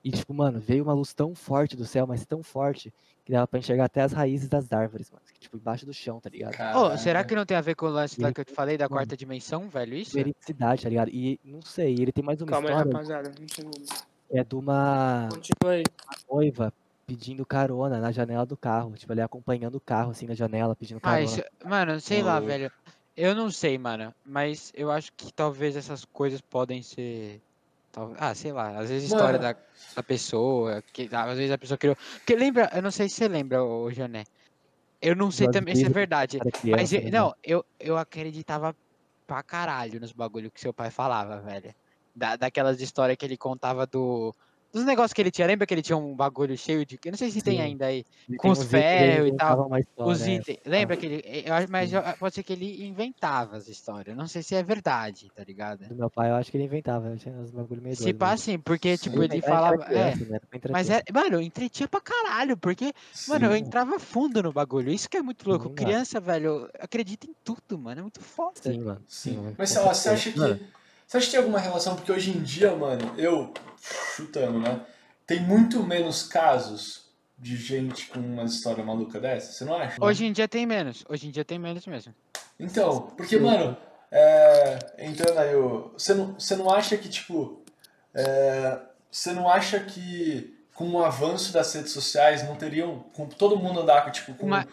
E, tipo, mano, veio uma luz tão forte do céu, mas tão forte, que dava pra enxergar até as raízes das árvores, mano. que, Tipo, embaixo do chão, tá ligado? Ô, Caraca. será que não tem a ver com o lance lá que eu te falei da Mano. quarta dimensão, velho? Isso? Veridicidade, tá ligado? E, não sei, ele tem mais uma Calma aí, história, rapaziada. Um segundo. que é de uma Continua aí. noiva pedindo carona na janela do carro. Tipo, ele acompanhando o carro, assim, na janela, pedindo Ah, carona. isso, mano, sei lá, Ô. velho. Eu não sei, mano. Mas eu acho que talvez essas coisas podem ser. tal- Ah, sei lá. Às vezes a história da, da pessoa. Que, ah, às vezes a pessoa criou. Porque lembra, eu não sei se você lembra, ô Jané. Eu não sei Jorge também se é Wilson, verdade. Era Mas criança, eu- né, mano? não, eu, eu acreditava pra caralho nos bagulho que seu pai falava, velho. Da, daquelas histórias que ele contava do. Dos negócios que ele tinha. Lembra que ele tinha um bagulho cheio de. Eu não sei se tem Sim. ainda aí. Ele com tem os uns itens, ele ferros e tal, inventava uma história, Os é. itens. Lembra que ele. Eu, acho- mas Sim. eu- pode ser que ele inventava as histórias. Não sei se é verdade, tá ligado? Do meu pai, eu acho que ele inventava. Eu tinha uns bagulho meio Se É doido, né? pá, mas- assim, porque, tipo, Sim. Mas ele era falava. É. criança, né? Era pra Mas entreter. é, mano, eu entretinha pra caralho, porque, mano, eu Sim. entrava fundo no bagulho. Isso que é muito louco. Sim, mano. Criança, velho, acredita em tudo, mano. É muito foda. Sim, mano. Sim. mano, Mas com sei lá, você acha certeza. que. Mano, Você acha que tem alguma relação? Porque hoje em dia, mano, eu chutando, né? Tem muito menos casos de gente com uma história maluca dessa, você não Né? acha? Hoje em dia tem menos. Hoje em dia tem menos mesmo. Então, porque, mano, é, entrando aí, o- você não, você não acha que, tipo, é, você não acha que com o avanço das redes sociais não teriam, com todo mundo andar com, É. tipo, com Uma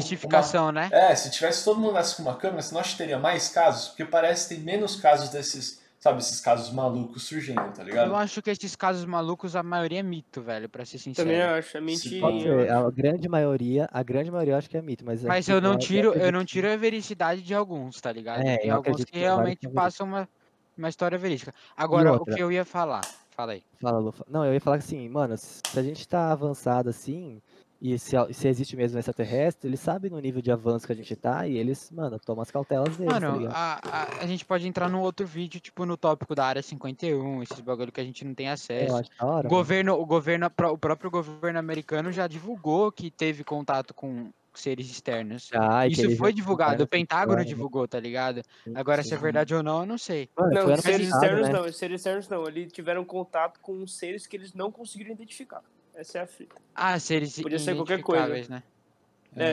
desmistificação, né? É, se tivesse todo mundo andasse com uma câmera, você não acha que teria mais casos? Porque parece que tem menos casos desses, sabe, esses casos malucos surgindo, tá ligado? Eu acho que esses casos malucos, a maioria é mito, velho, pra ser sincero. Também eu acho. É pode mentirinha. ser, eu acho. a grande maioria, a grande maioria eu acho que é mito, mas... Mas aqui eu não eu tiro, eu acredito não que- tiro a vericidade de alguns, tá ligado? É, Tem eu alguns acredito que que vários realmente são verídicos. passam uma, uma história verídica. Agora, o outra. que eu ia falar? Fala aí. Fala, Lu. Não, eu ia falar assim, mano, se se a gente tá avançado assim, e se, a- se existe mesmo extraterrestre, eles sabem no nível de avanço que a gente tá, e eles, mano, tomam as cautelas deles, tá Mano, ligado? a, a, a gente pode entrar num outro vídeo, tipo, no tópico da área 51, esses bagulho que a gente não tem Eu acesso. acho é da hora, é, O mano. governo, o governo, pró- o próprio governo americano já divulgou que teve contato com seres externos. Já, e que Isso eles foi já divulgado, o fizeram, Pentágono assim, divulgou, tá ligado? sim, Agora, se é sim. verdade ou não, eu não sei. Mano, foi Não, ano seres passado, externos né? não, seres externos não. Eles tiveram contato com os seres que eles não conseguiram identificar. Essa é a fita. Ah, seres Podia ser qualquer coisa. identificáveis, né?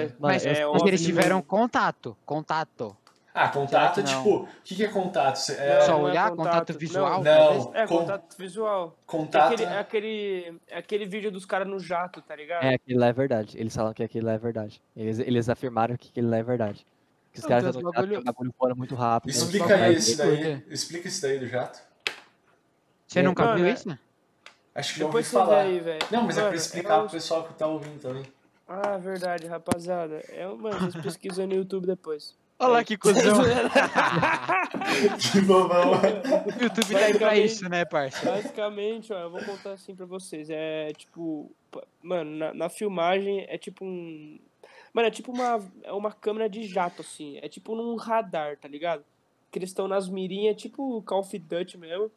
É, Mas, é mas eles OVNI. tiveram contato, contato. Ah, contato, Será que não? tipo, o que, que é contato? Cê- É, Só não é olhar, contato, contato, não. visual. talvez? não, É, con- contato visual. É contato. aquele, é é- aquele, é aquele vídeo dos caras no jato, tá ligado? É, aquele lá é verdade. Eles falam que aquele lá é verdade. Eles, eles afirmaram que aquele lá é verdade. Que os Não, caras tem já uns notaram que o bagulho- bagulho fora muito rápido. né? Explica Mas- aí Mas- esse mas- daí. Explica isso daí do jato. Você É, nunca mano, viu é- isso? Acho que já ouvi Depois você vê falar. aí, velho. Não, mas é pra Mano, explicar é pro os- pessoal que tá ouvindo também. Ah, verdade, rapaziada. É, mano, vocês pesquisam no YouTube depois. Olha lá que cuzão. o Que bobão. YouTube tá aí pra isso, né, parça? Basicamente, ó, eu vou contar assim pra vocês. É tipo. pa- Mano, na, na filmagem é tipo um. Mano, é tipo uma, é uma câmera de jato, assim. É tipo num radar, tá ligado? que eles estão nas mirinhas, tipo Call of Duty mesmo.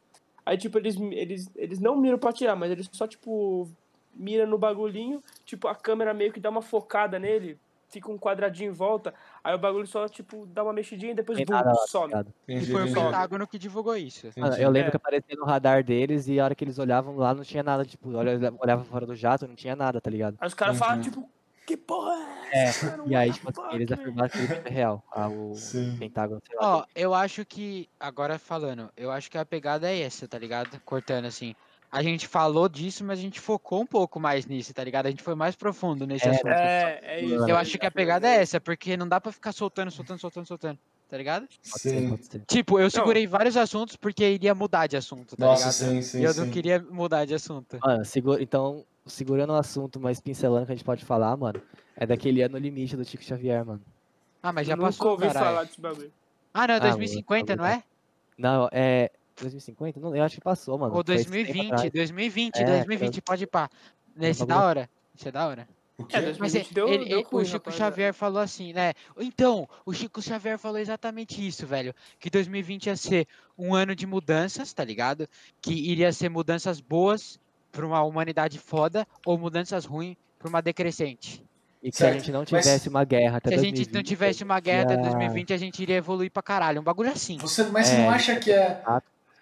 Aí, tipo, eles, eles, eles não miram pra atirar, mas eles só, tipo, mira no bagulhinho, tipo, a câmera meio que dá uma focada nele, fica um quadradinho em volta, aí o bagulho só, tipo, dá uma mexidinha e depois, Tem bum, nada lá, tá some. ligado? E Entendi, foi o entendi. Pentágono que divulgou isso. Mano, Entendi. eu lembro É. que aparecia no radar deles e a hora que eles olhavam lá não tinha nada, tipo, olha- olhava fora do jato, não tinha nada, tá ligado? Aí os caras Entendi. falam, tipo, que porra é essa? mano? E aí, What tipo, the assim, fuck, eles man?" afirmaram que ele é real. Ah, o Sim. Pentágono, sei lá. Ó, eu acho que, agora falando, eu acho que a pegada é essa, tá ligado? Cortando assim. A gente falou disso, mas a gente focou um pouco mais nisso, tá ligado? A gente foi mais profundo nesse É, assunto. É, é isso. Eu acho que a pegada é essa, porque não dá pra ficar soltando, soltando, soltando, soltando, tá ligado? pode ser, Sim. pode ser. Tipo, eu segurei vários assuntos porque iria mudar de assunto, tá Nossa, ligado? sim, sim, e eu sim. não queria mudar de assunto. Mano, segura, então, segurando o assunto, mas pincelando que a gente pode falar, mano, é daquele ano limite do Chico Xavier, mano. Ah, mas já Nunca passou, ouvi caralho. falar desse bagulho. Ah, não, é Ah, mano, 2050, não é? Não, é. 2050? Não, eu acho que passou, mano. Ou Foi esse tempo 2020, atrás. 2020, É, 2020, pode ir pá. Nesse bagulho- da hora. Isso é da hora. O É, quê? dois- Mas é, 2020 deu- ele- deu ele- ruim, o Chico rapaziada. Xavier falou assim, né? Então, o Chico Xavier falou exatamente isso, velho. Que 2020 ia ser um ano de mudanças, tá ligado? Que iria ser mudanças boas pra uma humanidade foda ou mudanças ruins pra uma decrescente. E que se a Certo, gente não mas- tivesse uma guerra até Se a gente 2020, não tivesse uma guerra até ia- 2020, a gente iria evoluir pra caralho. Um bagulho assim. Você, mas você É, não acha que é.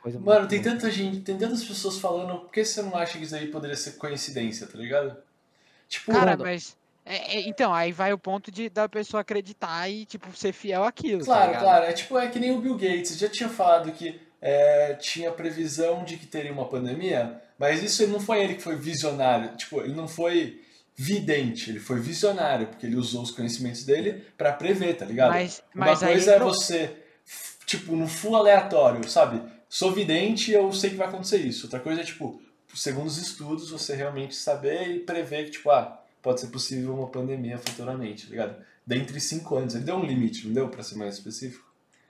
coisa Mano, muito- tem tanta gente, tem tantas pessoas falando, por que você não acha que isso aí poderia ser coincidência, tá ligado? Tipo, Cara, Mano. mas. é- é- então, aí vai o ponto de da pessoa acreditar e, tipo, ser fiel àquilo. tá Claro, ligado? claro. É tipo, é que nem o Bill Gates. Já tinha falado que é, tinha previsão de que teria uma pandemia, mas isso ele não foi ele que foi visionário. Tipo, ele não foi vidente, ele foi visionário, porque ele usou os conhecimentos dele pra prever, tá ligado? Mas, uma mas aí coisa é pro- você, f- tipo, no full aleatório, sabe? Sou vidente eu sei que vai acontecer isso. Outra coisa é, tipo, segundo os estudos, você realmente saber e prever que, tipo, ah, pode ser possível uma pandemia futuramente, tá ligado? Dentre cinco anos. Ele deu um limite, não deu? Pra ser mais específico?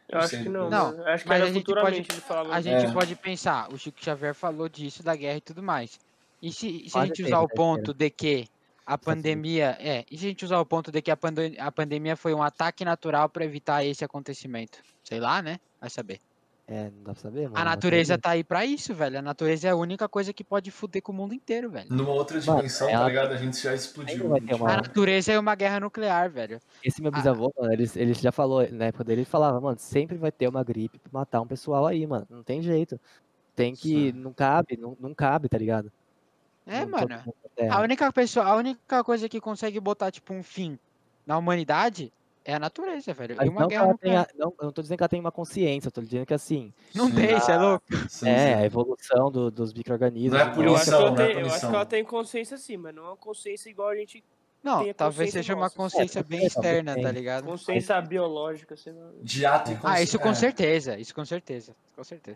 Eu acho que não. Não, mano. Eu acho que mas era a gente futuramente pode- ele falava. a gente É. pode pensar, o Chico Xavier falou disso, da guerra e tudo mais. E se, e se a Quase gente teve, usar o né, ponto de que a pandemia. É, e se a gente usar o ponto de que a, pande- a pandemia foi um ataque natural para evitar esse acontecimento? Sei lá, né? Vai saber. É, não dá pra saber, mano. A natureza tá aí para isso, velho. A natureza é a única coisa que pode fuder com o mundo inteiro, velho. Numa outra Mano, dimensão, ela- tá ligado? A gente já explodiu. Ainda vai ter uma- A Mano. natureza é uma guerra nuclear, velho. Esse meu Ah. bisavô, mano, ele, ele já falou, na época dele, ele falava, mano, sempre vai ter uma gripe pra matar um pessoal aí, mano. Não tem jeito. Tem que. Não cabe, não, não cabe, tá ligado? É, Não todo mano. mundo na Terra. A única pessoa, a única coisa que consegue botar, tipo, um fim na humanidade é a natureza, velho. Mas e uma não, tá, que guerra ela nuclear. tenha, não, eu não tô dizendo que ela tem uma consciência, eu tô dizendo que assim, Não Sim. tem, cê é louco. Sim, é a sim. evolução do- dos micro-organismos. Não é do Eu acho, que ela Punição, né? tem, eu acho Punição. que ela tem consciência sim, mas não é uma consciência igual a gente. Não, Tenha talvez consciência seja uma nossa, consciência bem É, talvez externa, tá tenha. ligado? Consciência biológica, sei lá. De ato e consci- Ah, isso com é. certeza, isso com certeza, com certeza.